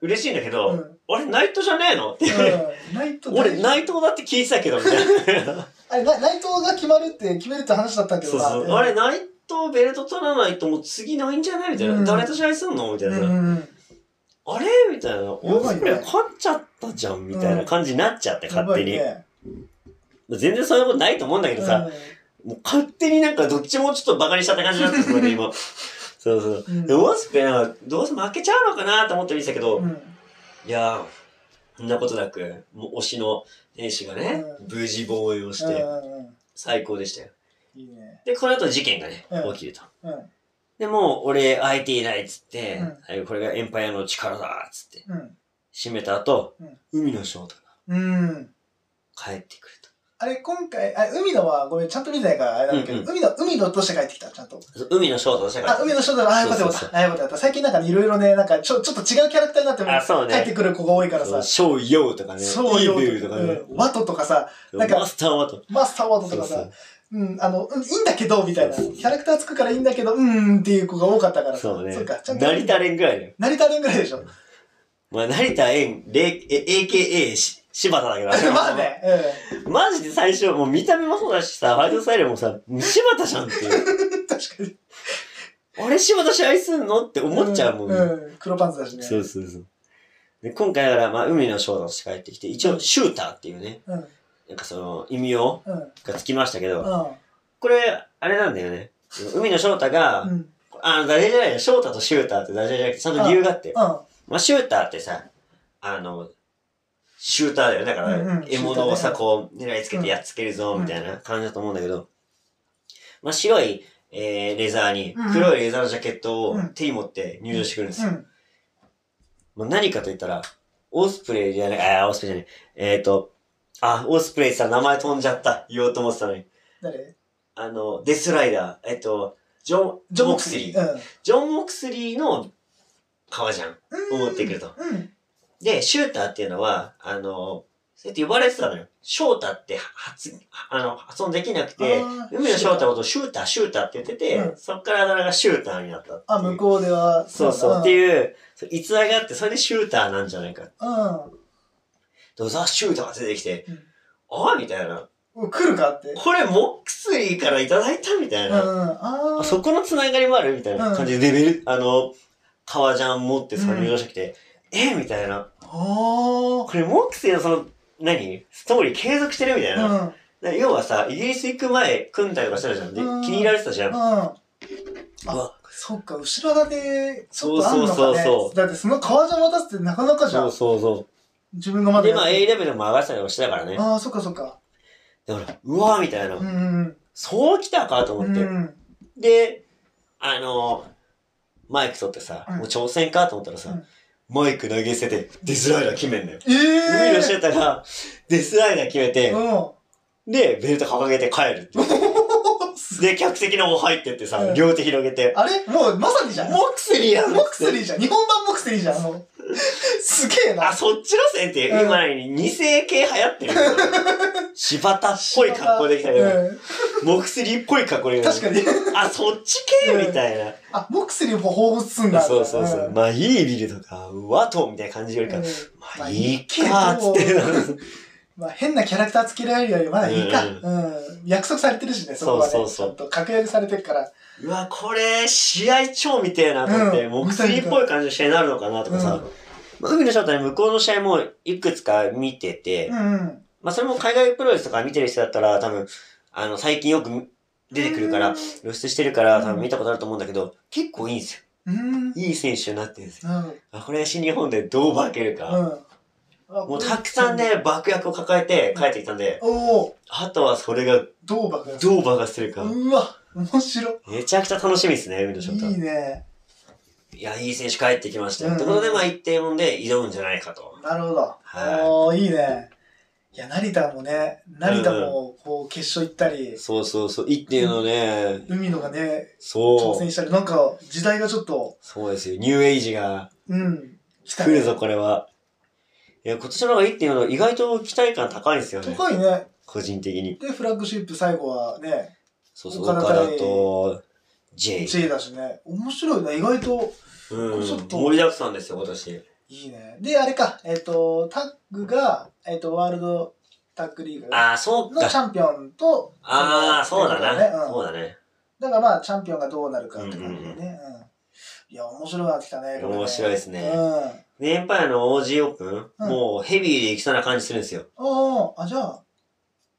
S3: 嬉しいんだけ
S2: うん。う
S3: ど、
S2: ん。
S3: 俺ナイトじゃねえのって。
S2: ナイト
S3: 俺ナ
S2: イ
S3: イトだって聞いてたけど、みたいな。
S2: あれ、な内藤が決まるって決めるって話だったけ
S3: そ
S2: ど
S3: う
S2: な。
S3: そう。あれ、ナイトベルト取らないともう次ないんじゃないみたいな。
S2: うん
S3: 誰と試合すんのみた
S2: う
S3: い
S2: ん
S3: な。
S2: うんうん。
S3: あれみたいな。
S2: ばいね
S3: オスプレイ勝っちゃったじゃんみたいな感じになっちゃって、
S2: やば
S3: 勝
S2: い
S3: 手に。
S2: ね
S3: 全然そういうことないと思うんだけどさ、
S2: う
S3: もう勝手になんかどっちもちょっとバカにしちゃった感じになってるの で、今。そうそう。
S2: んうん
S3: で、オスプレイはどうせ負けちゃうのかなと思って見てたけど、
S2: うん
S3: いやー、そんなことなく、もう推しの天使がね、
S2: うん
S3: 無事防衛をして、
S2: うんうんうん
S3: 最高でしたよ。
S2: いいね。
S3: で、この後事件がね、
S2: うん
S3: 起きると。
S2: うん。
S3: で、もう俺空いていないっつって
S2: うん、
S3: はいこれがエンパイアの力だっつって、
S2: うん。
S3: 閉めた後、
S2: うん
S3: 海の翔太
S2: うん。
S3: が帰ってくると。
S2: あれ、今回、あ海野は、ごめん、ちゃんと見てないから、あれなんだけど、
S3: うん
S2: 海野、海野として帰ってきた、ちゃんと。
S3: そう海の翔太が
S2: あ、海野翔太、ああ、よかったよか
S3: そうそう
S2: っ
S3: そ
S2: た。ああ、よかったよかった。最近なんかいろいろね、なんかちょ、ちょっと違うキャラクターになっても、
S3: あそう
S2: 帰って
S3: ね。
S2: くる子が多いから
S3: そ
S2: さ
S3: う、。ショーヨーとかね、
S2: そう
S3: イ
S2: よ、
S3: ーブルとかね、
S2: うんワトとかさ、なんか
S3: マスターワト。
S2: マスターワードとか
S3: そ
S2: さ
S3: う、
S2: うん、あの、うんいいんだけど、みたいな。キ
S3: そうそう
S2: ャラクターつくからいいんだけど、うーんっていう子が多かったからさ。
S3: そうね
S2: っか、ちゃん。と。
S3: 成田連ぐらいだよ。
S2: 成田連ぐらいでしょ。
S3: まあ、成田連、れえ AKA し柴田だけど
S2: まあね。う
S3: マジで最初、もう見た目もそうだしさ、ファイトスタイルもさ、柴田じゃんって いう。
S2: ん。確かに。
S3: あれ柴田試合すんのって思っちゃうもん、ね
S2: うん。うん黒パンツだしね。
S3: そうそうそう。で、今回だから、まあ、海の翔太として帰ってきて、一応、シューターっていうね、
S2: うん。
S3: なんかその、異名が
S2: うん。
S3: つきましたけど、
S2: う
S3: これ、あれなんだよね。海の翔太が
S2: ん。う、ん。
S3: あの、ダジャレじゃないよ。翔太とシューターってダジャレじゃなくて、ちゃんと理由があって。
S2: う
S3: まあ、シューターってさ、あの、シューターだよ。だか
S2: うん
S3: ら
S2: うん、
S3: 獲物を
S2: シューター
S3: さ、
S2: ね
S3: こう、狙いつけ
S2: うん
S3: てやっつけるぞ、
S2: うん
S3: みたいな感じだと思うんだけど、まあ、白い、えー、レザーに
S2: うんう、ん
S3: 黒いレザーのジャケッ
S2: う
S3: トを
S2: ん
S3: 手に持って入場してくるんです
S2: ん。う
S3: よ。
S2: ん。
S3: まあ、何かと言ったら、オスプレイじゃない、あー、オスプレイじゃない、えっ、ー、と、あ、オスプレイさ、名前飛んじゃった。言おうと思ってたのに。
S2: 誰
S3: あの、デスライダー、えっ、と、ジョン、
S2: ジョン・
S3: モ
S2: モ
S3: ク
S2: ク
S3: ス
S2: ス
S3: リ
S2: リ
S3: ー。
S2: ー。うん。
S3: ジョン・モクスリーの革じゃん。
S2: うん
S3: 思ってくると。
S2: うん。
S3: で、シューターっていうのは、あの、そうやって呼ばれてたのよ。翔太って発、あの、発音できなくて
S2: あ、ー
S3: 海の翔太のことをシューター、シューターって言ってて、
S2: うん
S3: そっからあだ名がシューターになったっていう。
S2: あ、向こうでは。
S3: そうそう。って
S2: う
S3: いう、そう逸話があって、それでシューターなんじゃないか。
S2: ん。
S3: ドザ・シューターが出てきて、
S2: うん
S3: ああみたいな。
S2: うん。来るかって。うん。
S3: これ、モックスリーからいただいたみたいな。
S2: ああ。
S3: そこのつながりもあるみたいな感じで、レベル、あの、革ジャン持ってその入場してきて、えみたいな。
S2: あ
S3: これ、モックスリーのその、何ストーリー継続してるみたいな。
S2: あ。
S3: だから要はさ、イギリス行く前、組んだりとかしてたじゃん。で
S2: うん
S3: 気に入られてたじゃん。
S2: うん。うん。
S3: うわ
S2: そっか、後ろ盾、ちょっとあんのかね。
S3: そうそうそうそう
S2: だってその革ジャン渡すってなかなかじゃ
S3: そ
S2: ん
S3: う。そうそ
S2: 自分がま
S3: う。
S2: だ
S3: で、
S2: やっ
S3: まあ、
S2: て
S3: A レベルも上がってたりもしてたからね。
S2: ああ、そっかそっか。
S3: だから、うわーみたいな
S2: う。ん
S3: そう来たかと
S2: うん。う
S3: 思っ
S2: ん。
S3: て。で、あの、マイク取ってさ、
S2: うん
S3: もう挑戦かと思ったらさ、
S2: うん
S3: マイク投げ捨てて、デスライダー決めんのよ。
S2: ええ
S3: 海のシューターが、デスライダー決めて
S2: う、ん。
S3: で、ベルト掲げて帰るっていう。 で、客席の方入ってって
S2: う
S3: さ、
S2: ん
S3: 両手広げて、
S2: あれもうまさにじゃん。
S3: モクスリーやん
S2: モクスリーじゃん。日本版モクスリーじゃん。あの すげえな。
S3: あ、そっち路線って、
S2: うん
S3: 今に二世系流行ってる よ。柴田っぽい格好できたけど、
S2: うん
S3: モクスリーっぽい格好できた
S2: 確
S3: け
S2: かに。
S3: ど、あ、そっち系
S2: うん
S3: みたいな。
S2: あ、モクスリーも放物すんだ。
S3: そうそうそう。
S2: ん
S3: まあ、いいビルとか、ワトみたいな感じよりか、
S2: うん
S3: まあ、いいか、つって。
S2: まあ、変なキャラクターつけられるよりまだいいか。
S3: うん
S2: うん。約束されてるしね、そこはね。
S3: そうそうそう
S2: ちゃんと確約されてるから。
S3: うわ、これ、試合超みてえなと思って、
S2: うん
S3: モクスリーっぽい感じの試合になるのかなとかさ、まあ海の翔太ね、向こうの試合もいくつか見てて、
S2: うんうん。
S3: まあ、それも海外プロレスとか見てる人だったら、多分、あの、最近よく出てくるから、露出してるから多分見たことあると思うんだけど、結構いいんですよ。
S2: うん。
S3: いい選手になってるんですよ。
S2: うん。
S3: あこれ新日本でどう化けるか。
S2: うん。
S3: もうたくさんね、爆薬を抱えて帰ってきたんで、
S2: おお
S3: あとはそれが
S2: どう爆発
S3: どう化がするか。
S2: うわ面白
S3: めちゃくちゃ楽しみですね、海野翔
S2: い
S3: 太。
S2: いね
S3: いや、いい選手帰ってきましたよ。
S2: うん
S3: ってことで、まあ一定もんで挑むんじゃないかと。
S2: なるほど
S3: はい
S2: おーいいねいや成田もね成田もこう決勝行ったり
S3: そうそうそう、一定のね、
S2: 海野がね挑
S3: そう
S2: 戦、したりなんか時代がちょっと
S3: そうですよ。ニューエイジが
S2: うん来た
S3: 来
S2: ね
S3: るぞ、これは。いや、今年の方が一定の意外と期待感高いんですよね。
S2: 高いね
S3: 個人的に。
S2: でフラッグシップ最後はね
S3: そうそう、岡
S2: 岡田
S3: 田
S2: 対
S3: と J。
S2: J だしね面白いな意外と
S3: うん、
S2: ちょっと
S3: 盛りだくさんですよ、今年。
S2: いいいね。で、あれか、えっ、と、タッグが、えっ、と、ワールドタッグリーグ
S3: ああ、そう
S2: のチ
S3: か。
S2: ャンピオンと、
S3: ああ、
S2: その
S3: そうだ
S2: ね
S3: な。
S2: ん
S3: そうだね。
S2: だからまあ、チャンピオンがどうなるかって感じだね。うんいや、面白くなってきたね。これね
S3: 面白いですね
S2: うん。
S3: エンパイアの OG オープン、
S2: うん
S3: もうヘビーで行きそうな感じするんですよ。
S2: ああ、あ、じゃあ、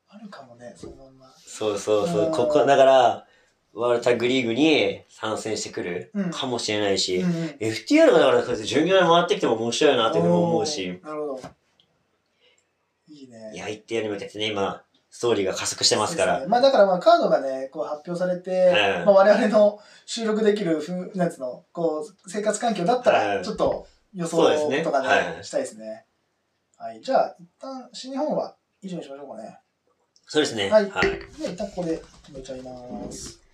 S2: あるかもね、そのまんま。
S3: そうそうそうう。
S2: ん
S3: ここはだから、ワールドタッグリーグに参戦してくる
S2: うん
S3: かもしれないし、
S2: うんうん、
S3: FTR がだからこうやって巡業で回ってきても面白いなっていうふうに思うし、
S2: おー。なるほど。いいね。
S3: いや、ってやに向けてね、今、ストーリーが加速してます
S2: そ
S3: か
S2: う
S3: ら。
S2: ですねまあだからまあカードがね、こう発表されて、
S3: はい
S2: まあ我々の収録できるふなんつうの、こう生活環境だった
S3: は
S2: ら、
S3: い
S2: ちょっと予想
S3: そうですね
S2: とかね、
S3: はい
S2: したいですね。はい、じゃあ一旦新日本は以上にしましょうかね。
S3: そうですね。
S2: はい
S3: はい
S2: で一旦ここで止めちゃいます。